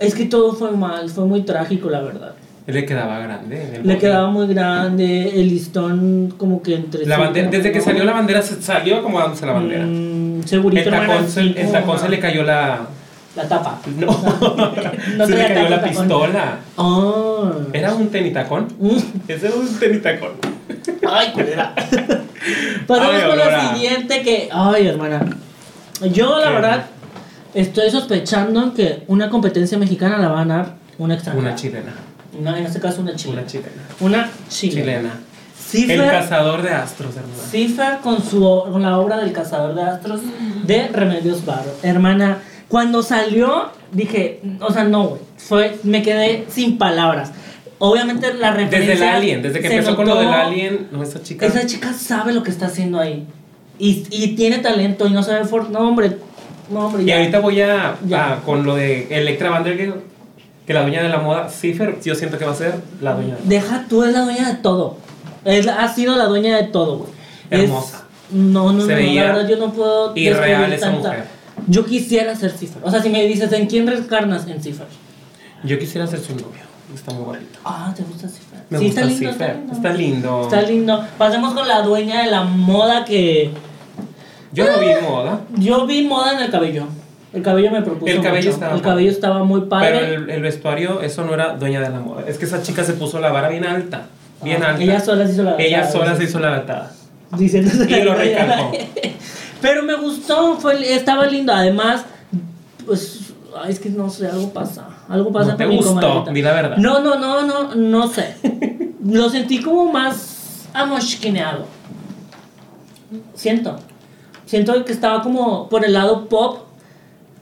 S1: Es que todo fue mal, fue muy trágico, la verdad.
S2: Le quedaba grande. en el
S1: Le
S2: body.
S1: quedaba muy grande, el listón como que entre.
S2: La
S1: sí,
S2: bandera,
S1: como
S2: desde que
S1: no.
S2: salió la bandera, se salió acomodándose la bandera.
S1: Mm, segurito,
S2: El
S1: hermana,
S2: tacón, se,
S1: sí,
S2: el
S1: como
S2: tacón se
S1: no.
S2: le cayó la.
S1: La tapa.
S2: No,
S1: No
S2: se
S1: traía
S2: le cayó
S1: tacón,
S2: la
S1: tacón.
S2: pistola.
S1: Ah.
S2: Era un tenitacón.
S1: Mm.
S2: Ese era un tenitacón.
S1: Ay, culera. Pasamos
S2: Ay,
S1: con la
S2: Aurora.
S1: siguiente que. Ay, hermana. Yo, la
S2: ¿Qué?
S1: verdad, estoy sospechando que una competencia mexicana la va a ganar una extranjera.
S2: Una chilena.
S1: No, en este caso una chilena.
S2: Una chilena.
S1: Una chilena.
S2: Chilena. El
S1: Cifer,
S2: cazador de astros, hermana.
S1: Cifer con, su, o- con la obra del cazador de astros de Remedios Varo. Hermana, cuando salió, dije, o sea, no, güey. Fue, me quedé sin palabras. Obviamente la referencia...
S2: Desde el Alien, desde que
S1: se
S2: empezó con lo
S1: notó.
S2: del Alien, no, esa chica.
S1: Esa chica sabe lo que está haciendo ahí. Y, y tiene talento y no sabe... For no, hombre. No, hombre.
S2: Y
S1: ya.
S2: ahorita voy a,
S1: Ya.
S2: a- con lo de Electra Vanderbilt, que la dueña de la moda, Cipher, yo siento que va a ser la dueña. de-
S1: Deja, tú es la dueña de todo. Es, la- ha sido la dueña de todo, güey. Es-
S2: Hermosa.
S1: no, no,
S2: Se
S1: no,
S2: veía
S1: la verdad yo no puedo.
S2: irreal
S1: describir
S2: esa mujer.
S1: Yo quisiera ser Cipher. O sea, si me dices, ¿en quién reencarnas en Cipher?
S2: Yo quisiera ser su novio, está muy bonito.
S1: Ah, ¿te gusta Cipher?
S2: Me gusta
S1: lindo,
S2: Cipher,
S1: Está
S2: está
S1: lindo.
S2: lindo.
S1: Está lindo. Pasemos con la dueña de la moda que.
S2: Yo no vi
S1: Ah,
S2: moda,
S1: Yo vi moda en el cabello. El cabello me propuso.
S2: El cabello
S1: mucho.
S2: estaba
S1: El
S2: padre.
S1: cabello estaba muy padre.
S2: pero el, el vestuario, eso no era dueña de la moda. Es que esa chica se puso la vara bien alta, bien
S1: Ah,
S2: alta.
S1: Ella sola se hizo la
S2: Ella
S1: la-
S2: sola se hizo la batada.
S1: diciéndose
S2: Y lo recalcó.
S1: Pero me gustó, fue, estaba lindo. Además, pues, ay, es que no sé, algo pasa. Algo pasa
S2: No te
S1: con mi
S2: gustó,
S1: comadrita.
S2: di la verdad.
S1: No, no, no, no, no sé. lo sentí como más amosquineado. Siento. Siento que estaba como por el lado pop,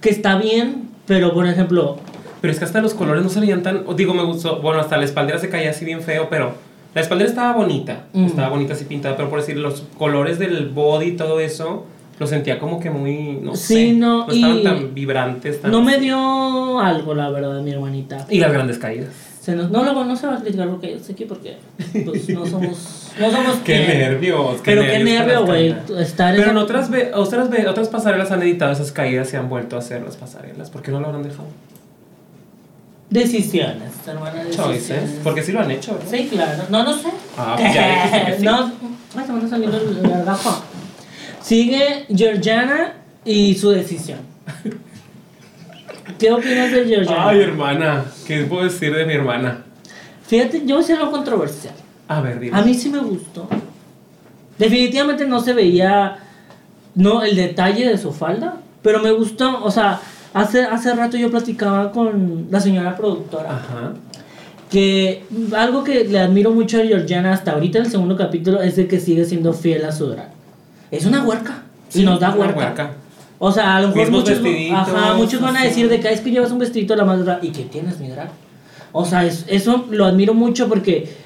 S1: que está bien, pero por ejemplo,
S2: Pero es que hasta los colores no se veían tan. o Digo, me gustó. Bueno, hasta la espaldera se caía así bien feo, pero la espaldera estaba bonita.
S1: Mm.
S2: Estaba bonita así pintada, pero por decir, los colores del body y todo eso, lo sentía como que muy. No sé,
S1: Sí, no, y-
S2: estaban tan vibrantes. Tan...
S1: no me dio algo, la verdad, mi hermanita.
S2: Y las grandes caídas.
S1: Se nos- no, luego no se va a criticar lo que yo sé aquí porque pues, no somos. No somos
S2: Qué
S1: quien.
S2: nervios.
S1: Pero qué
S2: nervios con
S1: nervio,
S2: las
S1: güey.
S2: caídas.
S1: Estar
S2: Pero
S1: esa-
S2: en otras, ve- otras, ve- otras pasarelas han editado esas caídas y han vuelto a hacer las pasarelas. ¿Por qué no lo habrán dejado?
S1: Decisiones, hermana. Decisiones.
S2: Choices. ¿eh? Porque sí lo han hecho, ¿verdad?
S1: Sí, claro. No, no sé.
S2: Ah, pues ya dijiste que sí.
S1: No. Ay, se me está saliendo el gargajo. Sigue Georgiana y su decisión. ¿Qué opinas de Georgiana?
S2: Ay, hermana. ¿Qué puedo decir de mi hermana?
S1: Fíjate, yo voy a ser lo controversial.
S2: A ver, dime.
S1: A mí sí me gustó. Definitivamente no se veía no el detalle de su falda, pero me gustó, o sea, hace hace rato yo platicaba con la señora productora
S2: Ajá.
S1: que algo que le admiro mucho a Georgiana hasta ahorita en el segundo capítulo es de que sigue siendo fiel a su drag. Es una huerca y nos da
S2: Una
S1: huerca. O sea, a lo mejor
S2: Mismos
S1: muchos,
S2: vestiditos,
S1: ajá, muchos van a
S2: así.
S1: decir de que "Ay, es que llevas un vestidito de la más drag y que tienes mi drag. O sea, es- eso lo admiro mucho porque...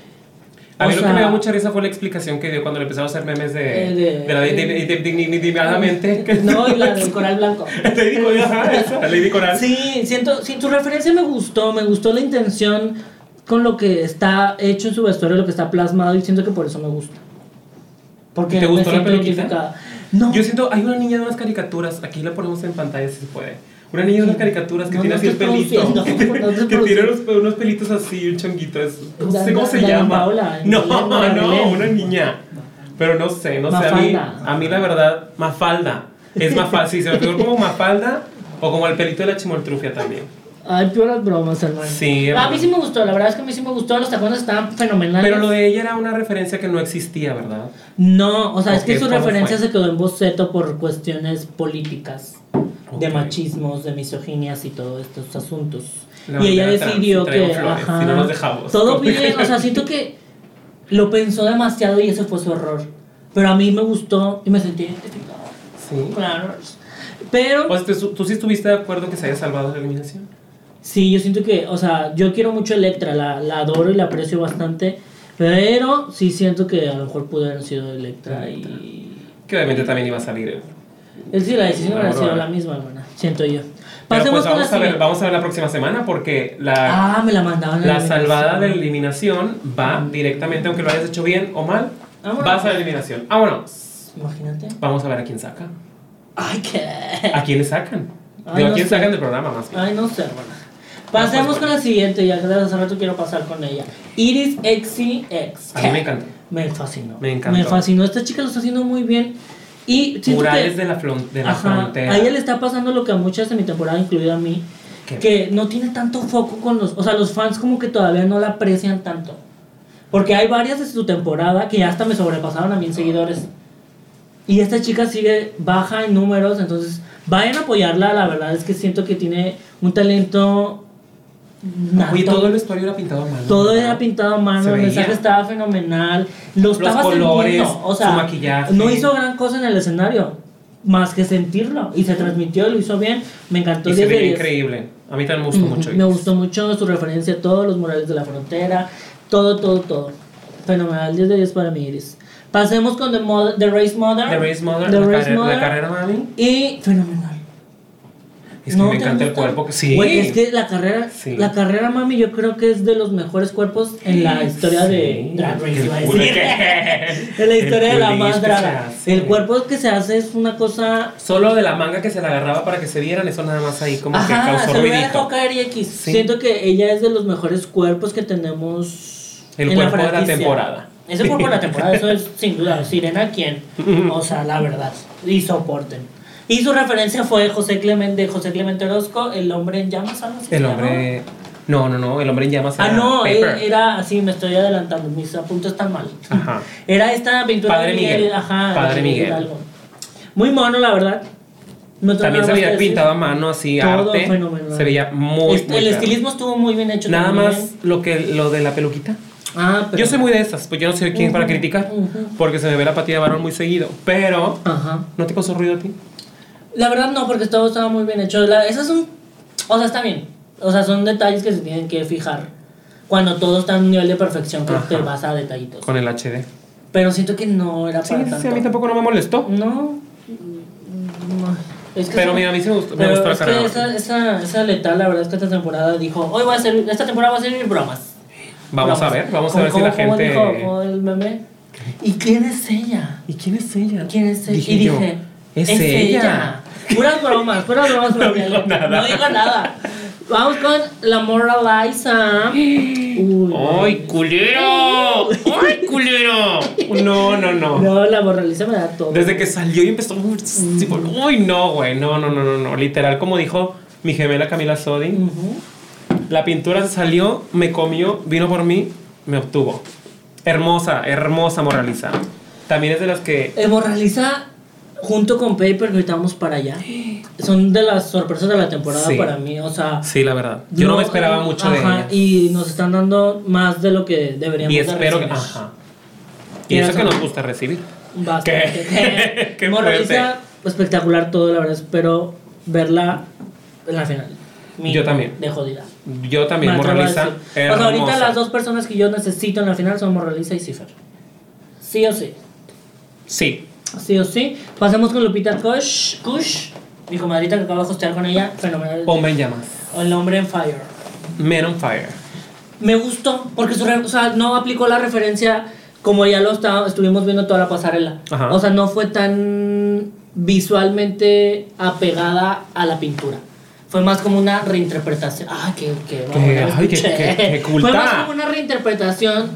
S2: A mí
S1: o
S2: lo
S1: sea,
S2: que me dio mucha risa fue la explicación que dio cuando le empezaron a hacer memes de,
S1: Eh,
S2: de,
S1: de-
S2: la ley de- de- de- dignidadamente. que-
S1: No, y la del coral blanco.
S2: Lady Coral, ajá, esa, la Lady Coral.
S1: Sí, siento, sí, tu referencia me gustó, me gustó la intención con lo que está hecho en su vestuario, lo que está plasmado y siento que por eso me gusta. Porque
S2: ¿Te
S1: me
S2: gustó la
S1: siento
S2: peluquita?
S1: identificada. No.
S2: Yo siento, hay una niña de unas caricaturas, aquí la ponemos en pantalla si se puede. Una niña de unas caricaturas que
S1: No,
S2: tiene
S1: no
S2: así el
S1: estoy
S2: pelito.
S1: produciendo,
S2: que tiene-
S1: no estoy
S2: que tiene unos,
S1: produciendo.
S2: unos pelitos así, un changuito. es- no
S1: Dan-
S2: sé cómo se
S1: Dan- Dan
S2: llama.
S1: Paola,
S2: no,
S1: Belén,
S2: no,
S1: Belén.
S2: una niña. Pero no sé, no sé. A mí,
S1: Mafalda.
S2: a mí la verdad, Mafalda. Es Mafalda, sí, se me figura como Mafalda o como el pelito de la chimoltrufia también.
S1: Ay, peores bromas, hermano.
S2: Sí,
S1: A
S2: hermano.
S1: mí sí me gustó, la verdad es que a mí sí me gustó, los tacones estaban fenomenales.
S2: Pero lo de ella era una referencia que no existía, ¿verdad?
S1: No, o sea, es
S2: Ok,
S1: que su
S2: ¿cómo
S1: referencia
S2: fue?
S1: se quedó en boceto por cuestiones políticas, de
S2: Ok.
S1: machismos, de misoginias y todos estos asuntos.
S2: La
S1: y ella
S2: bandera trans,
S1: decidió
S2: y traigo
S1: que.
S2: flores,
S1: ajá,
S2: si no nos dejamos.
S1: Todo bien, o sea, siento que lo pensó demasiado y ese fue su error. Pero a mí me gustó y me sentí identificado.
S2: Sí.
S1: Claro. Pero.
S2: O sea, ¿tú, tú sí estuviste de acuerdo que se haya salvado la eliminación?
S1: Sí, yo siento que, o sea, yo quiero mucho a Electra, la, la adoro y la aprecio bastante, pero sí siento que a lo mejor pudo haber sido Electra y...
S2: Que obviamente también iba a salir. eh.
S1: Es decir, la decisión hubiera
S2: Aurora.
S1: sido la misma, hermana, siento yo.
S2: Pero
S1: Pasemos
S2: pues vamos
S1: con la
S2: a, ver,
S1: siguiente.
S2: vamos a ver la próxima semana porque la,
S1: Ah, me la mandaban. a
S2: la
S1: mí.
S2: salvada de la eliminación
S1: Ah.
S2: va directamente, aunque lo hayas hecho bien o mal,
S1: Vámonos.
S2: vas a la eliminación. Vámonos.
S1: Imagínate.
S2: Vamos a ver a quién saca.
S1: Ay, qué...
S2: ¿A quién le sacan?
S1: Ay,
S2: Digo, ¿A
S1: no
S2: quién
S1: sé.
S2: sacan del programa más bien?
S1: Ay, no sé, hermana. Pasemos
S2: pues,
S1: con la siguiente, ya que desde hace rato quiero pasar con ella. Iris Exi X.
S2: A mí me encanta.
S1: Me fascinó.
S2: Me encantó.
S1: Me fascinó. Esta chica lo está haciendo muy bien. Y siento que...
S2: Murales de la, flon- de la
S1: Ajá,
S2: frontera.
S1: a ella le está pasando lo que a muchas de mi temporada, incluido a mí,
S2: ¿Qué?
S1: que no tiene tanto foco con los, o sea, los fans como que todavía no la aprecian tanto. Porque hay varias de su temporada que ya hasta me sobrepasaron a mil seguidores. Y esta chica sigue baja en números, entonces vayan a apoyarla, la verdad es que siento que tiene un talento nato.
S2: Oye, todo el vestuario era pintado a mano.
S1: Todo
S2: ¿verdad?
S1: era pintado a mano,
S2: Se
S1: el
S2: veía.
S1: mensaje estaba fenomenal, lo
S2: Los
S1: estaba
S2: colores,
S1: sintiendo, o sea,
S2: su maquillaje.
S1: no hizo gran cosa en el escenario, más que sentirlo, y se transmitió, lo hizo bien, me encantó.
S2: Y se
S1: 10 de
S2: veía
S1: 10.
S2: increíble. A mí también me gustó
S1: Ujú,
S2: mucho.
S1: Mm, Me gustó mucho su referencia a todos los murales de la frontera, todo, todo, todo. Fenomenal, 10 de 10 para mí, Iris. Pasemos con The, Mother- The Race Mother.
S2: The Race Mother,
S1: The
S2: la,
S1: Race
S2: carrera-
S1: Mother,
S2: la carrera mami.
S1: Y fenomenal.
S2: Es que
S1: No,
S2: me
S1: ¿te
S2: encanta el
S1: gusta?
S2: cuerpo. que- Sí.
S1: Güey, es que la carrera,
S2: Sí.
S1: la carrera, mami, yo creo que es de los mejores cuerpos en la historia
S2: Sí.
S1: de Drag Race,
S2: El
S1: iba a
S2: culo
S1: decir.
S2: que-
S1: En la historia de la
S2: el culis
S1: más
S2: que
S1: draga.
S2: se hace.
S1: El cuerpo que se hace es una cosa.
S2: Solo de la manga que se la agarraba para que se vieran, eso nada más ahí como que
S1: Ajá,
S2: causó
S1: se lo hubiera dejado
S2: ruidito.
S1: caer y X.
S2: Sí.
S1: Siento que ella es de los mejores cuerpos que tenemos.
S2: El
S1: en
S2: cuerpo de la
S1: franquicia.
S2: temporada.
S1: Ese cuerpo de la temporada, eso es sin duda. Sirena, ¿quién? O sea, la verdad. Y soporten. Y su referencia fue José Clemente, de José Clemente Orozco, el hombre en llamas, algo así se
S2: El
S1: llama.
S2: hombre. No, no, no, el hombre en llamas.
S1: Ah,
S2: era
S1: no,
S2: Paper.
S1: era, era así, me estoy adelantando, mis apuntes están mal.
S2: Ajá.
S1: Era esta pintura
S2: Ah. Padre
S1: de Miguel,
S2: Miguel,
S1: ajá.
S2: Padre
S1: de
S2: Miguel.
S1: Hidalgo. Muy mono, la verdad. No tengo
S2: También
S1: nada
S2: se
S1: más que
S2: veía
S1: decir.
S2: pintado a mano, así,
S1: Todo
S2: arte.
S1: fenomenal.
S2: Se veía muy.
S1: Este,
S2: muy
S1: el
S2: perro.
S1: estilismo estuvo muy bien hecho.
S2: Nada
S1: también.
S2: más lo que lo de la peluquita.
S1: Ah, pero.
S2: Yo soy muy de esas, pues yo no soy quién para criticar,
S1: ujú.
S2: porque se me ve la patilla de varón muy seguido. Pero,
S1: Ajá.
S2: ¿no te causó ruido a ti?
S1: La verdad no, porque todo estaba muy bien hecho. La, esas son. O sea, está bien. O sea, son detalles que se tienen que fijar. Cuando todo está a un nivel de perfección, que
S2: Ajá.
S1: te vas a detallitos.
S2: Con el HD.
S1: Pero siento que no era
S2: Sí,
S1: para
S2: sí,
S1: tanto.
S2: a mí tampoco no me molestó.
S1: No. no. Es que
S2: Pero
S1: son-
S2: mira, a mí sí me gustó, me
S1: Pero
S2: gustó la
S1: es que
S2: carrera.
S1: esa, esa, esa letal, la verdad es que esta temporada dijo, hoy va a ser, esta temporada va a ser bromas.
S2: Vamos a
S1: Bromas.
S2: ver, vamos a
S1: ¿Cómo-
S2: ver si la
S1: cómo- cómo
S2: gente.
S1: dijo el meme? ¿Y quién es ella?
S2: ¿Y quién es ella?
S1: ¿Quién es ella?
S2: Dije
S1: y
S2: yo,
S1: dije,
S2: es, ella.
S1: Puras bromas, puras bromas.
S2: No
S1: porque
S2: dijo nada.
S1: No dijo nada. Vamos con la Moraliza. Uy,
S2: ¡Ay, culero! ¡Ay, culero! No, no, no.
S1: No, la Moraliza me da todo.
S2: Desde que salió y empezó. tipo,
S1: Mm.
S2: ¡Uy, no, güey! No, no, no, no, no. Literal, como dijo mi gemela Camila Sodi,
S1: Ujú.
S2: la pintura salió, me comió, vino por mí, me obtuvo. Hermosa, hermosa moraliza. También es de las que.
S1: Eh, Morraliza, junto con Paper, que ahorita vamos para allá. Son de las sorpresas de la temporada
S2: Sí.
S1: para mí. O sea,
S2: Sí, la verdad. Yo no, me esperaba mucho de
S1: ajá,
S2: ella.
S1: Y nos están dando más de lo que deberíamos.
S2: Y
S1: de
S2: espero que.
S1: recibir.
S2: Ajá. Y eso que nos gusta recibir.
S1: Bastante. Eh,
S2: Qué
S1: Morraliza,
S2: fuerte.
S1: espectacular todo, la verdad. Espero verla en la final. mi-
S2: Yo también.
S1: De jodida.
S2: Yo también,
S1: Me atrevo a
S2: Morraliza.
S1: decir. O sea,
S2: hermosa.
S1: ahorita las dos personas que yo necesito en la final son Morraliza y Cipher. Sí o sí.
S2: Sí.
S1: Sí o sí. Pasemos con Lupita Kush. Kush. Mi comadrita que acabo de hostear con ella. Fenomenal.
S2: Hombre en llamas.
S1: O el hombre en fire.
S2: Men on fire.
S1: Me gustó porque su re- o sea, no aplicó la referencia como ya lo está- estuvimos viendo toda la pasarela.
S2: Ajá.
S1: O sea, no fue tan visualmente apegada a la pintura. Fue más como una reinterpretación. ¡Ay, qué, qué, vámonos,
S2: ay, qué-
S1: escuché.
S2: qué- qué culta.
S1: Fue más como una reinterpretación,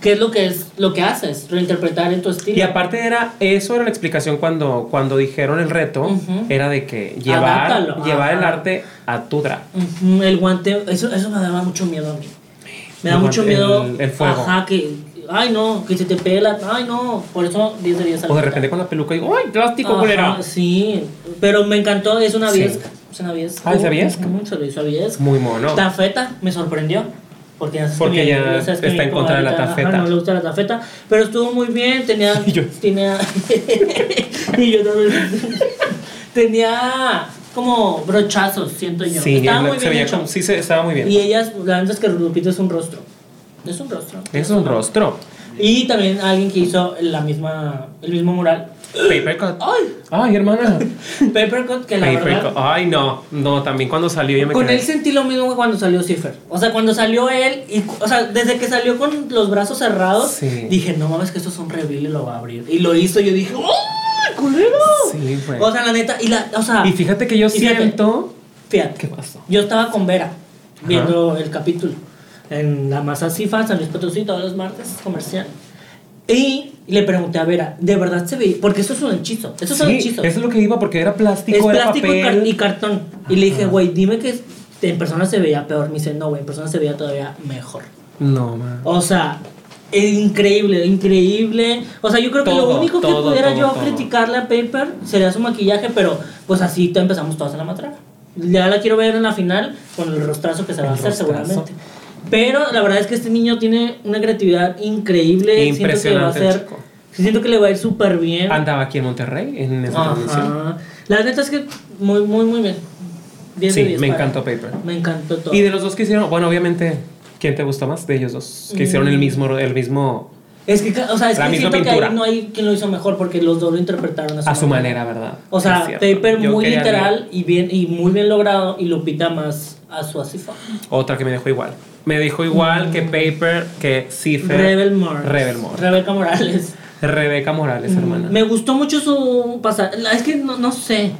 S1: que es lo que es lo que haces, reinterpretar en tu estilo.
S2: Y aparte era, eso era la explicación cuando, cuando dijeron el reto,
S1: Ujú.
S2: era de que llevar,
S1: Adáptalo.
S2: llevar el
S1: Ah.
S2: arte a tu drag.
S1: Ujú, El guante, eso, eso me daba mucho miedo a mí. Me da
S2: El
S1: mucho
S2: guante-
S1: miedo.
S2: el- el fuego.
S1: Ajá, que. Ay, no, que se te pela. Ay, no. Por eso 10 de 10 al
S2: O de
S1: final.
S2: repente con la peluca digo, ¡ay, plástico,
S1: Ajá,
S2: culera!
S1: Sí, pero me encantó. Es una
S2: Sí.
S1: viesca. Es una viesca.
S2: Ah, ¿es aviesca?
S1: Ujú, se lo hizo a viesca.
S2: Muy mono.
S1: Tafeta me sorprendió. Porque, ya sabes que
S2: Porque
S1: mi-
S2: ella
S1: sabes que
S2: está
S1: mi
S2: en contra de la
S1: comadrita, ajá,
S2: tafeta.
S1: No le gusta la tafeta, pero estuvo muy bien. Tenía.
S2: Y yo.
S1: Tenía. y yo también. tenía como brochazos, siento yo.
S2: Sí,
S1: Estaba
S2: es la-
S1: muy
S2: se
S1: bien
S2: veía
S1: hecho.
S2: como- sí, se, estaba muy bien.
S1: Y ellas, la verdad es que Lupita es un rostro. Es un rostro.
S2: Es un rostro.
S1: Y también alguien que hizo la misma, el mismo mural.
S2: Paper cut.
S1: ¡Ay!
S2: ¡Ay, hermana!
S1: Papercut, que la
S2: Paper
S1: verdad.
S2: cut. ¡Ay, no! No, también cuando salió yo me
S1: Con
S2: quedé.
S1: él sentí lo mismo que cuando salió Cipher. O sea, cuando salió él, y, o sea, desde que salió con los brazos cerrados,
S2: Sí.
S1: dije, no mames, que esto es un reveal y lo va a abrir. Y lo hizo, yo dije, ¡oh, culero!
S2: Sí, güey.
S1: O sea, la neta, y la, o sea,
S2: Y fíjate que yo
S1: Ah. Y fíjate.
S2: siento...
S1: fíjate.
S2: ¿Qué pasó?
S1: Yo estaba con Vera viendo el capítulo en la masa CIFA, San Luis Potosí, todos los martes, comercial. Y le pregunté a Vera, ¿de verdad se ve? Porque eso es un hechizo. Eso es un
S2: Sí,
S1: hechizo.
S2: eso es lo que iba porque era plástico,
S1: es
S2: era
S1: plástico y,
S2: papel.
S1: car- y cartón. Y le dije, güey, dime que es- en persona se veía peor. Me dice, no, güey, en persona se veía todavía mejor.
S2: No, man.
S1: O sea, es increíble, increíble. O sea, yo creo que
S2: Todo,
S1: lo único
S2: todo,
S1: que pudiera
S2: todo,
S1: yo
S2: todo.
S1: criticarle a Paper sería su maquillaje, pero pues así te empezamos todas a la matraca. Ya la quiero ver en la final con el rostrazo que se va a
S2: El
S1: hacer
S2: rostrazo.
S1: seguramente. Pero la verdad es que este niño tiene una creatividad increíble.
S2: Impresionante el
S1: Siento que, le va a hacer-
S2: chico.
S1: siento que le va a ir súper bien.
S2: Andaba aquí en Monterrey en esa transmisión.
S1: Ajá. La neta es que muy, muy, muy bien. 10 de
S2: Sí,
S1: 10
S2: me
S1: para-
S2: encantó Paper.
S1: Me encantó todo.
S2: Y de los dos que hicieron, bueno, obviamente, ¿quién te gustó más de ellos dos?
S1: Mm.
S2: Que hicieron el mismo, el mismo
S1: es que, ca- o sea, es
S2: La
S1: que
S2: misma
S1: siento que
S2: pintura.
S1: ahí no hay quien lo hizo mejor porque los dos lo interpretaron a su,
S2: a su manera, ¿verdad?
S1: O
S2: Es
S1: sea,
S2: cierto.
S1: Paper
S2: Yo
S1: muy
S2: quería ver
S1: literal y, bien, y muy bien logrado y Lupita más a su asifa.
S2: Otra que me dejó igual. Me dejó igual que Paper, que Cipher.
S1: Mm. Rebel Morales.
S2: Rebel Morales.
S1: Rebeca Morales.
S2: Rebeca Morales, hermana.
S1: Mm. Me gustó mucho su pasar. Es que no, no sé.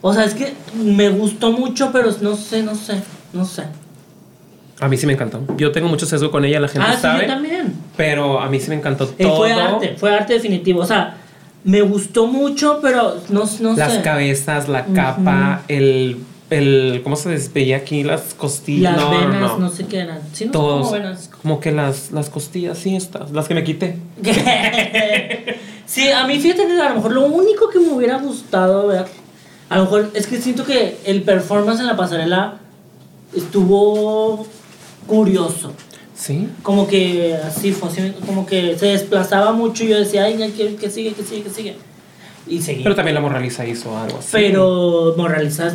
S1: O sea, es que me gustó mucho, pero no sé, no sé, no sé.
S2: A mí sí me encantó. Yo tengo mucho sesgo con ella, la gente
S1: Ah, sí,
S2: sabe.
S1: yo también.
S2: Pero a mí sí me encantó
S1: Eh,
S2: todo.
S1: fue arte, fue arte definitivo. O sea, me gustó mucho, pero no, no
S2: Las
S1: sé.
S2: cabezas, la capa, el, el. ¿Cómo se despeía aquí? Las costillas.
S1: Las
S2: no, no,
S1: venas, no.
S2: no.
S1: sé qué eran. Sí, no sé
S2: Todos.
S1: cómo venas.
S2: Como que las, las costillas, sí, estas. Las que me quité.
S1: sí, a mí fíjate que a lo mejor lo único que me hubiera gustado ver, a lo mejor es que siento que el performance en la pasarela estuvo curioso.
S2: Sí.
S1: Como que así fue, así, como que se desplazaba mucho y yo decía, ay, ya quiero que sigue, que sigue, que sigue. Y seguía.
S2: Pero también la Morraliza hizo algo así.
S1: Pero Moralizas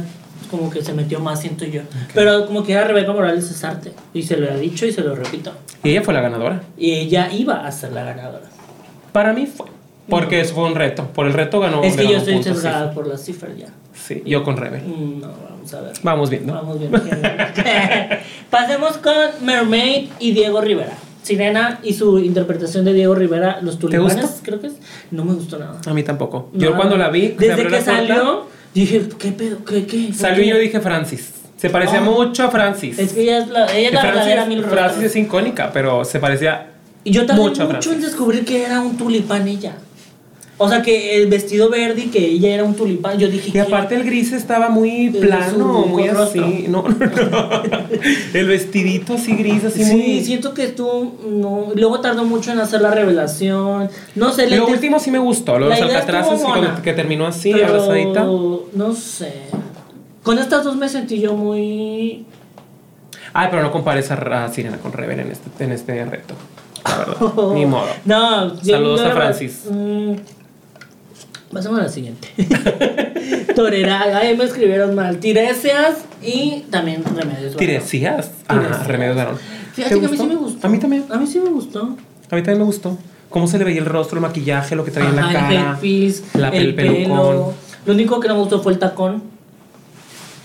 S1: como que se metió más, siento yo. Pero como que era Rebeca Morales es arte. Y se lo he dicho y se lo repito.
S2: Y ella fue la ganadora.
S1: Y ella iba a ser la ganadora.
S2: Para mí fue. Porque eso fue un reto. Por el reto ganó.
S1: es que
S2: ganó
S1: yo estoy
S2: puntos,
S1: sesgada por las cifras ya.
S2: Sí, Sí, yo con Rebe.
S1: Mm, No, vamos a ver.
S2: Vamos viendo.
S1: Vamos bien. Pasemos con Mermaid y Diego Rivera. Sirena y su interpretación de Diego Rivera, Los Tulipanes,
S2: gustó?
S1: creo que es. No me gustó nada.
S2: A mí tampoco. Yo
S1: Nada.
S2: cuando la vi, se
S1: desde
S2: abrió
S1: que
S2: la puerta,
S1: salió, dije, ¿qué pedo? ¿Qué? ¿Qué? ¿Por
S2: salió y
S1: qué?
S2: yo dije Francis. Se parecía
S1: Ah.
S2: mucho a Francis.
S1: Es que ella es la, ella es
S2: Que
S1: la verdadera mil
S2: Francis,
S1: rostros.
S2: Francis es icónica, pero se parecía.
S1: Y yo tardé
S2: Mucho
S1: mucho,
S2: Francis.
S1: en descubrir que era un tulipán ella. O sea, que el vestido verde y que ella era un tulipán. Yo dije,
S2: Y aparte el gris estaba muy
S1: Es
S2: plano,
S1: un
S2: muy
S1: rostro.
S2: así. No, no, no. El vestidito así gris, así
S1: ¿qué? Sí,
S2: muy.
S1: siento que tú no. Luego tardó mucho en hacer la revelación. No sé, la
S2: Lo
S1: inter-
S2: último sí me gustó, lo de
S1: la
S2: los
S1: idea
S2: alcatraces
S1: estuvo
S2: que,
S1: mona,
S2: con- que terminó así,
S1: pero
S2: abrazadita.
S1: No sé. Con estas dos me sentí yo muy.
S2: Ay, pero no compares a, Ra- a Sirena con Reven en este, en este reto. La verdad. Ni modo.
S1: No, yo-
S2: Saludos
S1: yo
S2: a
S1: la verdad-
S2: Francis.
S1: Mm, Pasemos a la siguiente. Toreraga, ahí me escribieron mal. Tiresias y también remedios. Varón.
S2: Tiresías. Ah,
S1: Tiresías.
S2: Remedios Varón.
S1: Fíjate
S2: ¿Te
S1: que a mí sí me gustó.
S2: A mí también.
S1: A mí sí me gustó.
S2: A mí también me gustó. Cómo se le veía el rostro, el maquillaje, lo que traía en la
S1: Ajá,
S2: cara.
S1: el headpiece,
S2: la-
S1: el,
S2: el pelucón.
S1: pelo. Lo único que no me gustó fue el tacón.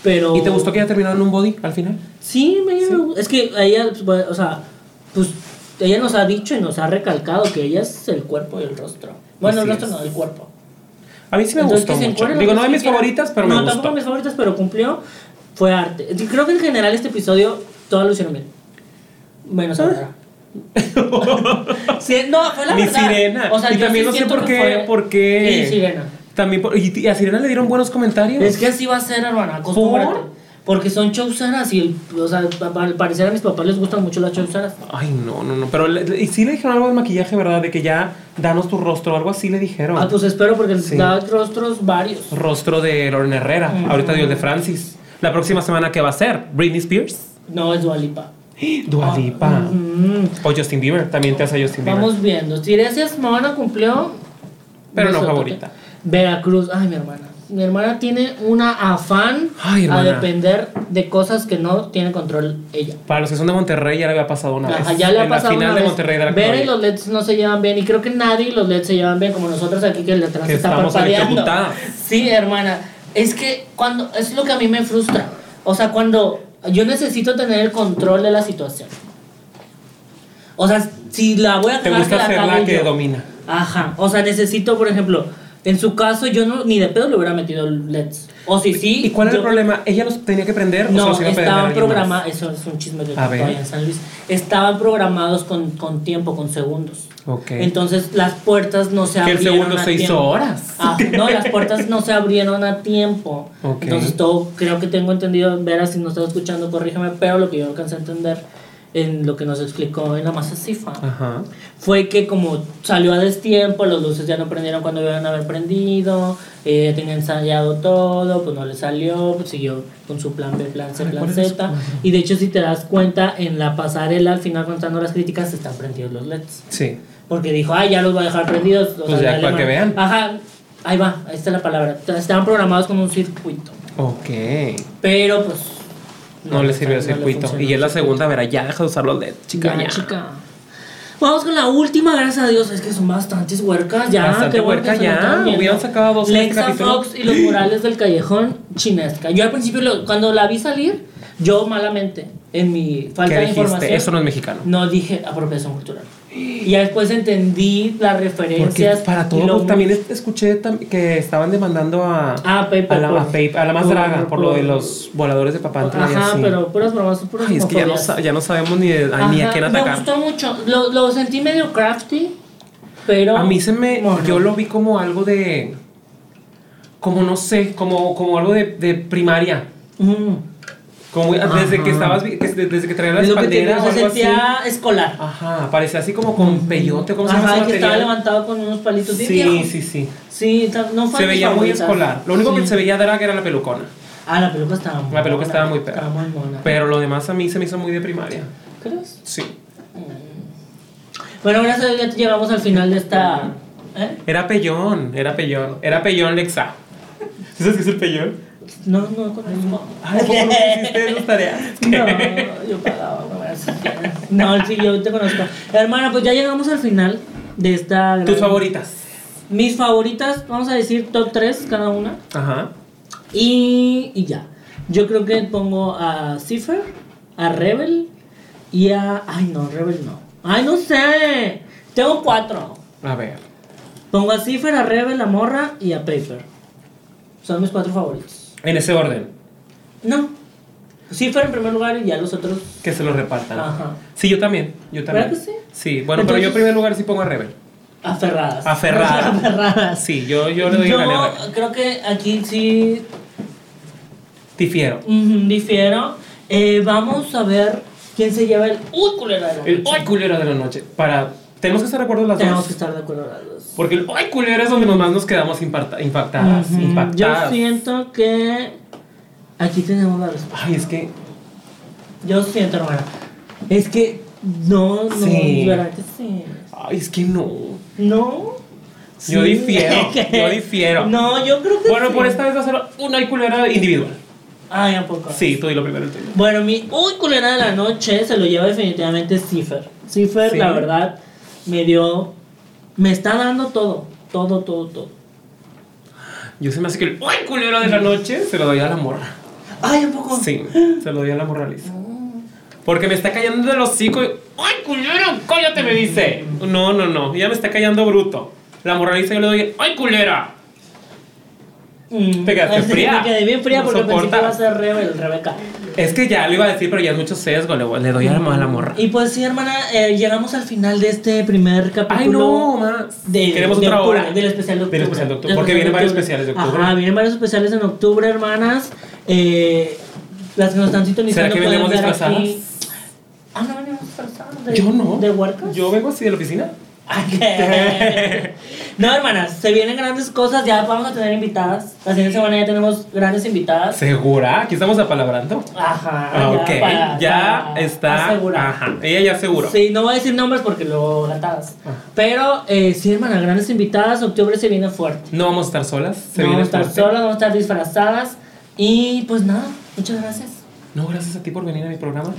S1: Pero.
S2: ¿Y te gustó que haya terminado en un body al final?
S1: Sí, me- es que a ella, pues, bueno, o sea, pues ella nos ha dicho y nos ha recalcado que ella es el cuerpo y el rostro. Bueno,
S2: Así
S1: el rostro
S2: es.
S1: no, el cuerpo.
S2: A mí sí me
S1: Entonces, que
S2: gustó
S1: se
S2: mucho.
S1: encuadre lo
S2: Digo,
S1: que
S2: no de
S1: se
S2: mis
S1: quiera.
S2: favoritas, pero
S1: No,
S2: me
S1: tampoco
S2: gustó.
S1: mis favoritas, pero cumplió. Fue arte. Y Creo que en general este episodio todo lo hicieron bien. Menos ahora. Sí, no, fue la
S2: Ni
S1: verdad.
S2: Sirena.
S1: O sea,
S2: y
S1: yo
S2: también
S1: sí
S2: no sé
S1: siento
S2: por
S1: que
S2: qué.
S1: fue-
S2: por qué-
S1: Y Sirena.
S2: También por- y, y a Sirena le dieron buenos comentarios.
S1: Es que así va a ser, hermana, acostúmbrate. Porque son chauceras y, el- o sea, al parecer a mis papás les gustan mucho las chauceras.
S2: Ay, no, no, no. Pero le- le- y sí le dijeron algo de maquillaje, ¿verdad? De que ya danos tu rostro, algo así le dijeron.
S1: Ah, pues espero porque
S2: Sí.
S1: da rostros varios.
S2: Rostro de Lorena Herrera. Ahorita dio el de Francis. La próxima semana, ¿qué va a ser? ¿Britney Spears?
S1: No, es Dualipa.
S2: Dua Lipa. O Justin Bieber. También te hace Justin Bieber.
S1: Vamos viendo. Tiresias, Moana cumplió.
S2: Pero no
S1: Besotote.
S2: favorita.
S1: Veracruz. Ay, mi hermana. Mi hermana tiene una afán
S2: Ay,
S1: a
S2: hermana.
S1: depender de cosas que no tiene control ella.
S2: Para los que son de Monterrey, ya le había pasado una
S1: Ajá,
S2: vez.
S1: ya le ha
S2: en
S1: pasado
S2: la final
S1: una
S2: de
S1: vez.
S2: Monterrey de la
S1: Vera
S2: Gloria.
S1: y los LEDs no se llevan bien. Y creo que nadie y los LEDs se llevan bien, como nosotros aquí que el detrás
S2: Que
S1: está
S2: estamos
S1: parpadeando.
S2: electrocutadas.
S1: Sí, hermana. Es que cuando. Es lo que a mí me frustra. O sea, cuando. Yo necesito tener el control de la situación. O sea, si la voy a
S2: Te
S1: cagar, que
S2: gusta
S1: la
S2: ser la
S1: cague
S2: que
S1: yo.
S2: domina.
S1: Ajá. O sea, necesito, por ejemplo. En su caso, yo no, ni de pedo le hubiera metido LEDs. O si sí.
S2: ¿Y cuál era
S1: yo-
S2: el problema? ¿Ella los tenía que prender o
S1: no,
S2: se los iba a prender
S1: estaban
S2: alguien más?
S1: programados, eso es un chisme que
S2: A ver.
S1: todavía en San Luis. Estaban programados con, con tiempo, con segundos.
S2: Ok.
S1: Entonces las puertas no se
S2: Que el
S1: abrieron.
S2: segundo
S1: a
S2: se hizo
S1: tiempo.
S2: horas.
S1: Ah, no, las puertas no se abrieron a tiempo.
S2: Ok.
S1: Entonces todo, creo que tengo entendido, Vera, si no estás escuchando, corrígeme, pero lo que yo alcancé a entender en lo que nos explicó en la masa cifa
S2: Ajá.
S1: fue que como salió a destiempo, los luces ya no prendieron cuando debían haber prendido, eh, tenía ensayado todo, pues no le salió, pues siguió con su plan B, plan C,
S2: Ay,
S1: plan
S2: ¿cuál es
S1: Z.
S2: eso?
S1: Y de hecho, si te das cuenta, en la pasarela, al final contando las críticas, están prendidos los LEDs.
S2: Sí.
S1: Porque dijo, ay, ya los voy a dejar prendidos. o
S2: Pues ya,
S1: dale
S2: para que
S1: más".
S2: vean.
S1: Ajá, ahí va, ahí está la palabra. Estaban programados con un circuito,
S2: Ok.
S1: pero pues...
S2: No, le sirvió el
S1: no le
S2: circuito.
S1: funcionó
S2: y es
S1: el
S2: la
S1: circuito.
S2: segunda, verá, ya deja de usar los LEDs, chica.
S1: Ya,
S2: ya.
S1: chica. Vamos con la última, gracias a Dios. Es que son bastantes huercas ya.
S2: Bastante
S1: qué bueno
S2: huerca
S1: que se
S2: ya.
S1: lo están viendo.
S2: Hubieran sacado dos en este
S1: Lexa
S2: capítulo.
S1: Fox y los murales del callejón chinesca. Yo al principio, lo- cuando la vi salir, yo malamente, en mi falta
S2: ¿Qué
S1: de
S2: dijiste?
S1: información,
S2: Eso no es mexicano.
S1: no dije apropiación cultural. Y ya después entendí las
S2: Porque
S1: referencias.
S2: para
S1: y lo-
S2: todo, también es- escuché tam- que estaban demandando a,
S1: Ah, Pepe,
S2: a, la,
S1: por-
S2: a Pepe- a la más
S1: por-
S2: draga por lo de
S1: por-
S2: los voladores de papantla y
S1: Ajá,
S2: así.
S1: pero puras bromas, puras
S2: Ay, es que ya no,
S1: homofobias.
S2: sa- ya no sabemos ni, de- ay, ni a
S1: Ajá,
S2: quién
S1: Me
S2: atacar.
S1: gustó mucho. Lo, lo sentí medio crafty, pero.
S2: A mí se me.
S1: Bueno.
S2: Yo lo vi como algo de. Como no sé, como, como algo de, de primaria.
S1: Mm.
S2: Como desde
S1: Ajá.
S2: que estabas. vi- que- Desde que traías la
S1: Es lo que te
S2: espaldera
S1: digo,
S2: o
S1: se
S2: algo así.
S1: sentía escolar.
S2: Ajá, parecía así como con peyote. ¿Cómo se llama
S1: Ajá,
S2: ese
S1: que estaba
S2: material?
S1: levantado con unos palitos bien
S2: Sí,
S1: viejos.
S2: sí, sí.
S1: Sí, ta- no fue
S2: Se
S1: de mis
S2: veía muy
S1: favoritas.
S2: escolar. Lo único que
S1: Sí.
S2: se veía drag era la pelucona.
S1: Ah, la peluca estaba muy
S2: La peluca estaba muy perra.
S1: Estaba muy mona.
S2: Pero lo demás a mí se me hizo muy de primaria.
S1: ¿Crees?
S2: Sí.
S1: Bueno, gracias a Dios ya llegamos al final de esta. ¿Eh?
S2: Era pellón, era pellón. Era pellón Lexa. ¿Sabes qué es el pellón?
S1: No, no conozco.
S2: Ay, ¿cómo no hiciste esas tareas?
S1: No, yo pagaba. no, gracias. No, sí, yo te conozco. Hermana, pues ya llegamos al final de esta. gran-
S2: Tus favoritas.
S1: Mis favoritas, vamos a decir top 3 cada una.
S2: Ajá.
S1: Y, y ya. Yo creo que pongo a Cipher, a Rebel y a. Ay, no, Rebel no. Ay, no sé. Tengo cuatro.
S2: A ver.
S1: Pongo a Cipher, a Rebel, a Morra y a Paper. Son mis cuatro favoritos.
S2: En ese orden.
S1: No. Cipher en primer lugar y ya los otros.
S2: Que se los repartan.
S1: Ajá.
S2: Sí, yo también. Yo también.
S1: ¿Verdad que sí?
S2: Sí, bueno, pero yo
S1: Entonces-
S2: en primer lugar sí pongo a Rebel.
S1: Aferradas.
S2: Aferradas.
S1: Aferradas.
S2: Sí, yo, yo le doy la
S1: Yo
S2: Rebel.
S1: creo que aquí sí
S2: Difiero.
S1: ujú, difiero. Eh, vamos a ver quién se lleva el. ¡Uy, culera!
S2: El hoy culero de la noche. Para. Tenemos que estar de acuerdo las
S1: Tenemos
S2: dos.
S1: que estar de acuerdo las dos.
S2: Porque el hoy culero es donde nomás nos quedamos impacta- impactadas.
S1: Ujú. Yo
S2: Impactadas.
S1: siento que aquí tenemos la respuesta.
S2: Ay, es que.
S1: Yo siento, hermana. Es que no, no,
S2: Sí.
S1: ¿verdad que sí?
S2: Ay, es que no.
S1: No.
S2: Yo
S1: Sí.
S2: difiero, yo difiero.
S1: No, yo creo que.
S2: Bueno,
S1: sí.
S2: por esta vez va a ser una y culera individual.
S1: Ay, ¿a poco?
S2: Sí, tú di lo primero el tuyo.
S1: Bueno, mi uy culera de la noche se lo lleva definitivamente Cipher. Cipher,
S2: Sí.
S1: la verdad, me dio. Me está dando todo. Todo, todo, todo.
S2: Yo se me hace que el ¡Ay, culero de la noche se lo doy a la morra.
S1: Ay, ¿a poco?
S2: Sí, se lo doy a la morra Lisa.
S1: Oh.
S2: Porque me está cayendo del hocico y ¡Ay, culero! ¡Cállate! Me dice.
S1: Mm.
S2: No, no, no. Ya me está cayendo bruto. La morra Lisa yo le doy ¡Ay, culera!
S1: Mm,
S2: Te quedaste
S1: así que
S2: fría.
S1: Me quedé bien fría
S2: No
S1: porque pensé
S2: soporta.
S1: que iba a ser Rebel, Rebeca.
S2: Es que ya lo iba a decir, pero ya es mucho sesgo. Le, voy- le doy a la, a la morra.
S1: Y pues sí, hermana, eh, llegamos al final de este primer capítulo.
S2: ¡Ay, no! Más.
S1: De,
S2: Queremos
S1: de
S2: otra
S1: octubre,
S2: hora.
S1: Del especial de octubre.
S2: Del especial de octubre,
S1: Del
S2: porque
S1: especial
S2: vienen
S1: de
S2: varios
S1: octubre.
S2: especiales de octubre.
S1: Ajá, vienen varios especiales en octubre, hermanas. Eh, las que nos están sintonizando.
S2: ¿Será que
S1: pueden
S2: venimos
S1: ver
S2: disfrazadas?
S1: aquí. Ah, no venimos disfrazadas. de-
S2: Yo no.
S1: ¿De huercas?
S2: Yo vengo así de la oficina.
S1: no, hermanas, se vienen grandes cosas. Ya vamos a tener invitadas. La siguiente semana ya tenemos grandes invitadas.
S2: ¿Segura? Aquí estamos apalabrando.
S1: Ajá.
S2: Ah, ok,
S1: para-
S2: ya
S1: para
S2: está.
S1: asegurar.
S2: Ajá, ella ya seguro. Ah.
S1: Sí, no voy a decir nombres porque luego gatadas. Pero eh, sí, hermana, grandes invitadas. Octubre se viene fuerte.
S2: No vamos a estar solas. Se
S1: no
S2: viene
S1: vamos a estar
S2: fuerte.
S1: solas, vamos a estar disfrazadas. Y pues nada, muchas gracias.
S2: No, gracias a ti por venir a mi programa.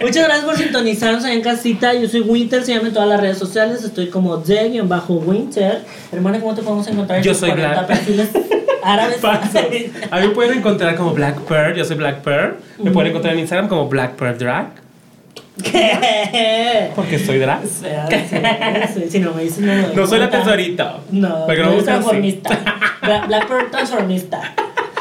S1: Muchas gracias por sintonizarnos ahí en casita. Yo soy Winter, síganme en todas las redes sociales. Estoy como de-winter. Hermana, ¿cómo te podemos encontrar? en
S2: Yo
S1: tus
S2: soy
S1: 40
S2: Black.
S1: perfiles árabes.
S2: Falsos. A mí me pueden encontrar como Black Pearl. Yo soy Black Pearl. Me pueden encontrar en Instagram como Black Pearl Drag.
S1: ¿Qué?
S2: Porque soy drag.
S1: O sea, sí, sí, Si no me dices, no me doy
S2: No soy la
S1: cuenta.
S2: tesorita.
S1: No,
S2: Porque
S1: no
S2: me
S1: es
S2: gustan así.
S1: transformista. Bla- Black Pearl transformista.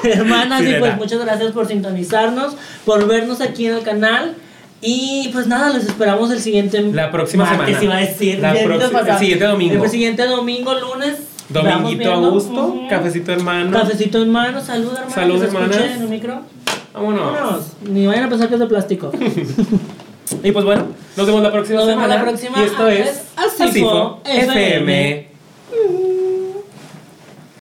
S1: Hermanas,
S2: Sí,
S1: y pues
S2: nena.
S1: muchas gracias por sintonizarnos, por vernos aquí en el canal. Y pues nada, los esperamos el siguiente
S2: La próxima
S1: martes,
S2: semana.
S1: iba a decir.
S2: La
S1: Ya te
S2: próxima-
S1: pasaba.
S2: el siguiente domingo.
S1: El siguiente domingo, lunes. vamos
S2: Dominguito a
S1: viendo.
S2: gusto.
S1: Ujú.
S2: Cafecito hermano.
S1: Cafecito en mano, salud hermana.
S2: Salud,
S1: que se escuche
S2: hermanas.
S1: en el micro.
S2: Vámonos.
S1: Vámonos, ni vayan a pensar que es de plástico.
S2: Y pues bueno, nos vemos la próxima
S1: Nos vemos
S2: semana.
S1: la próxima. Ah,
S2: Y esto es
S1: Así fue
S2: Asifo
S1: FM.
S2: FM.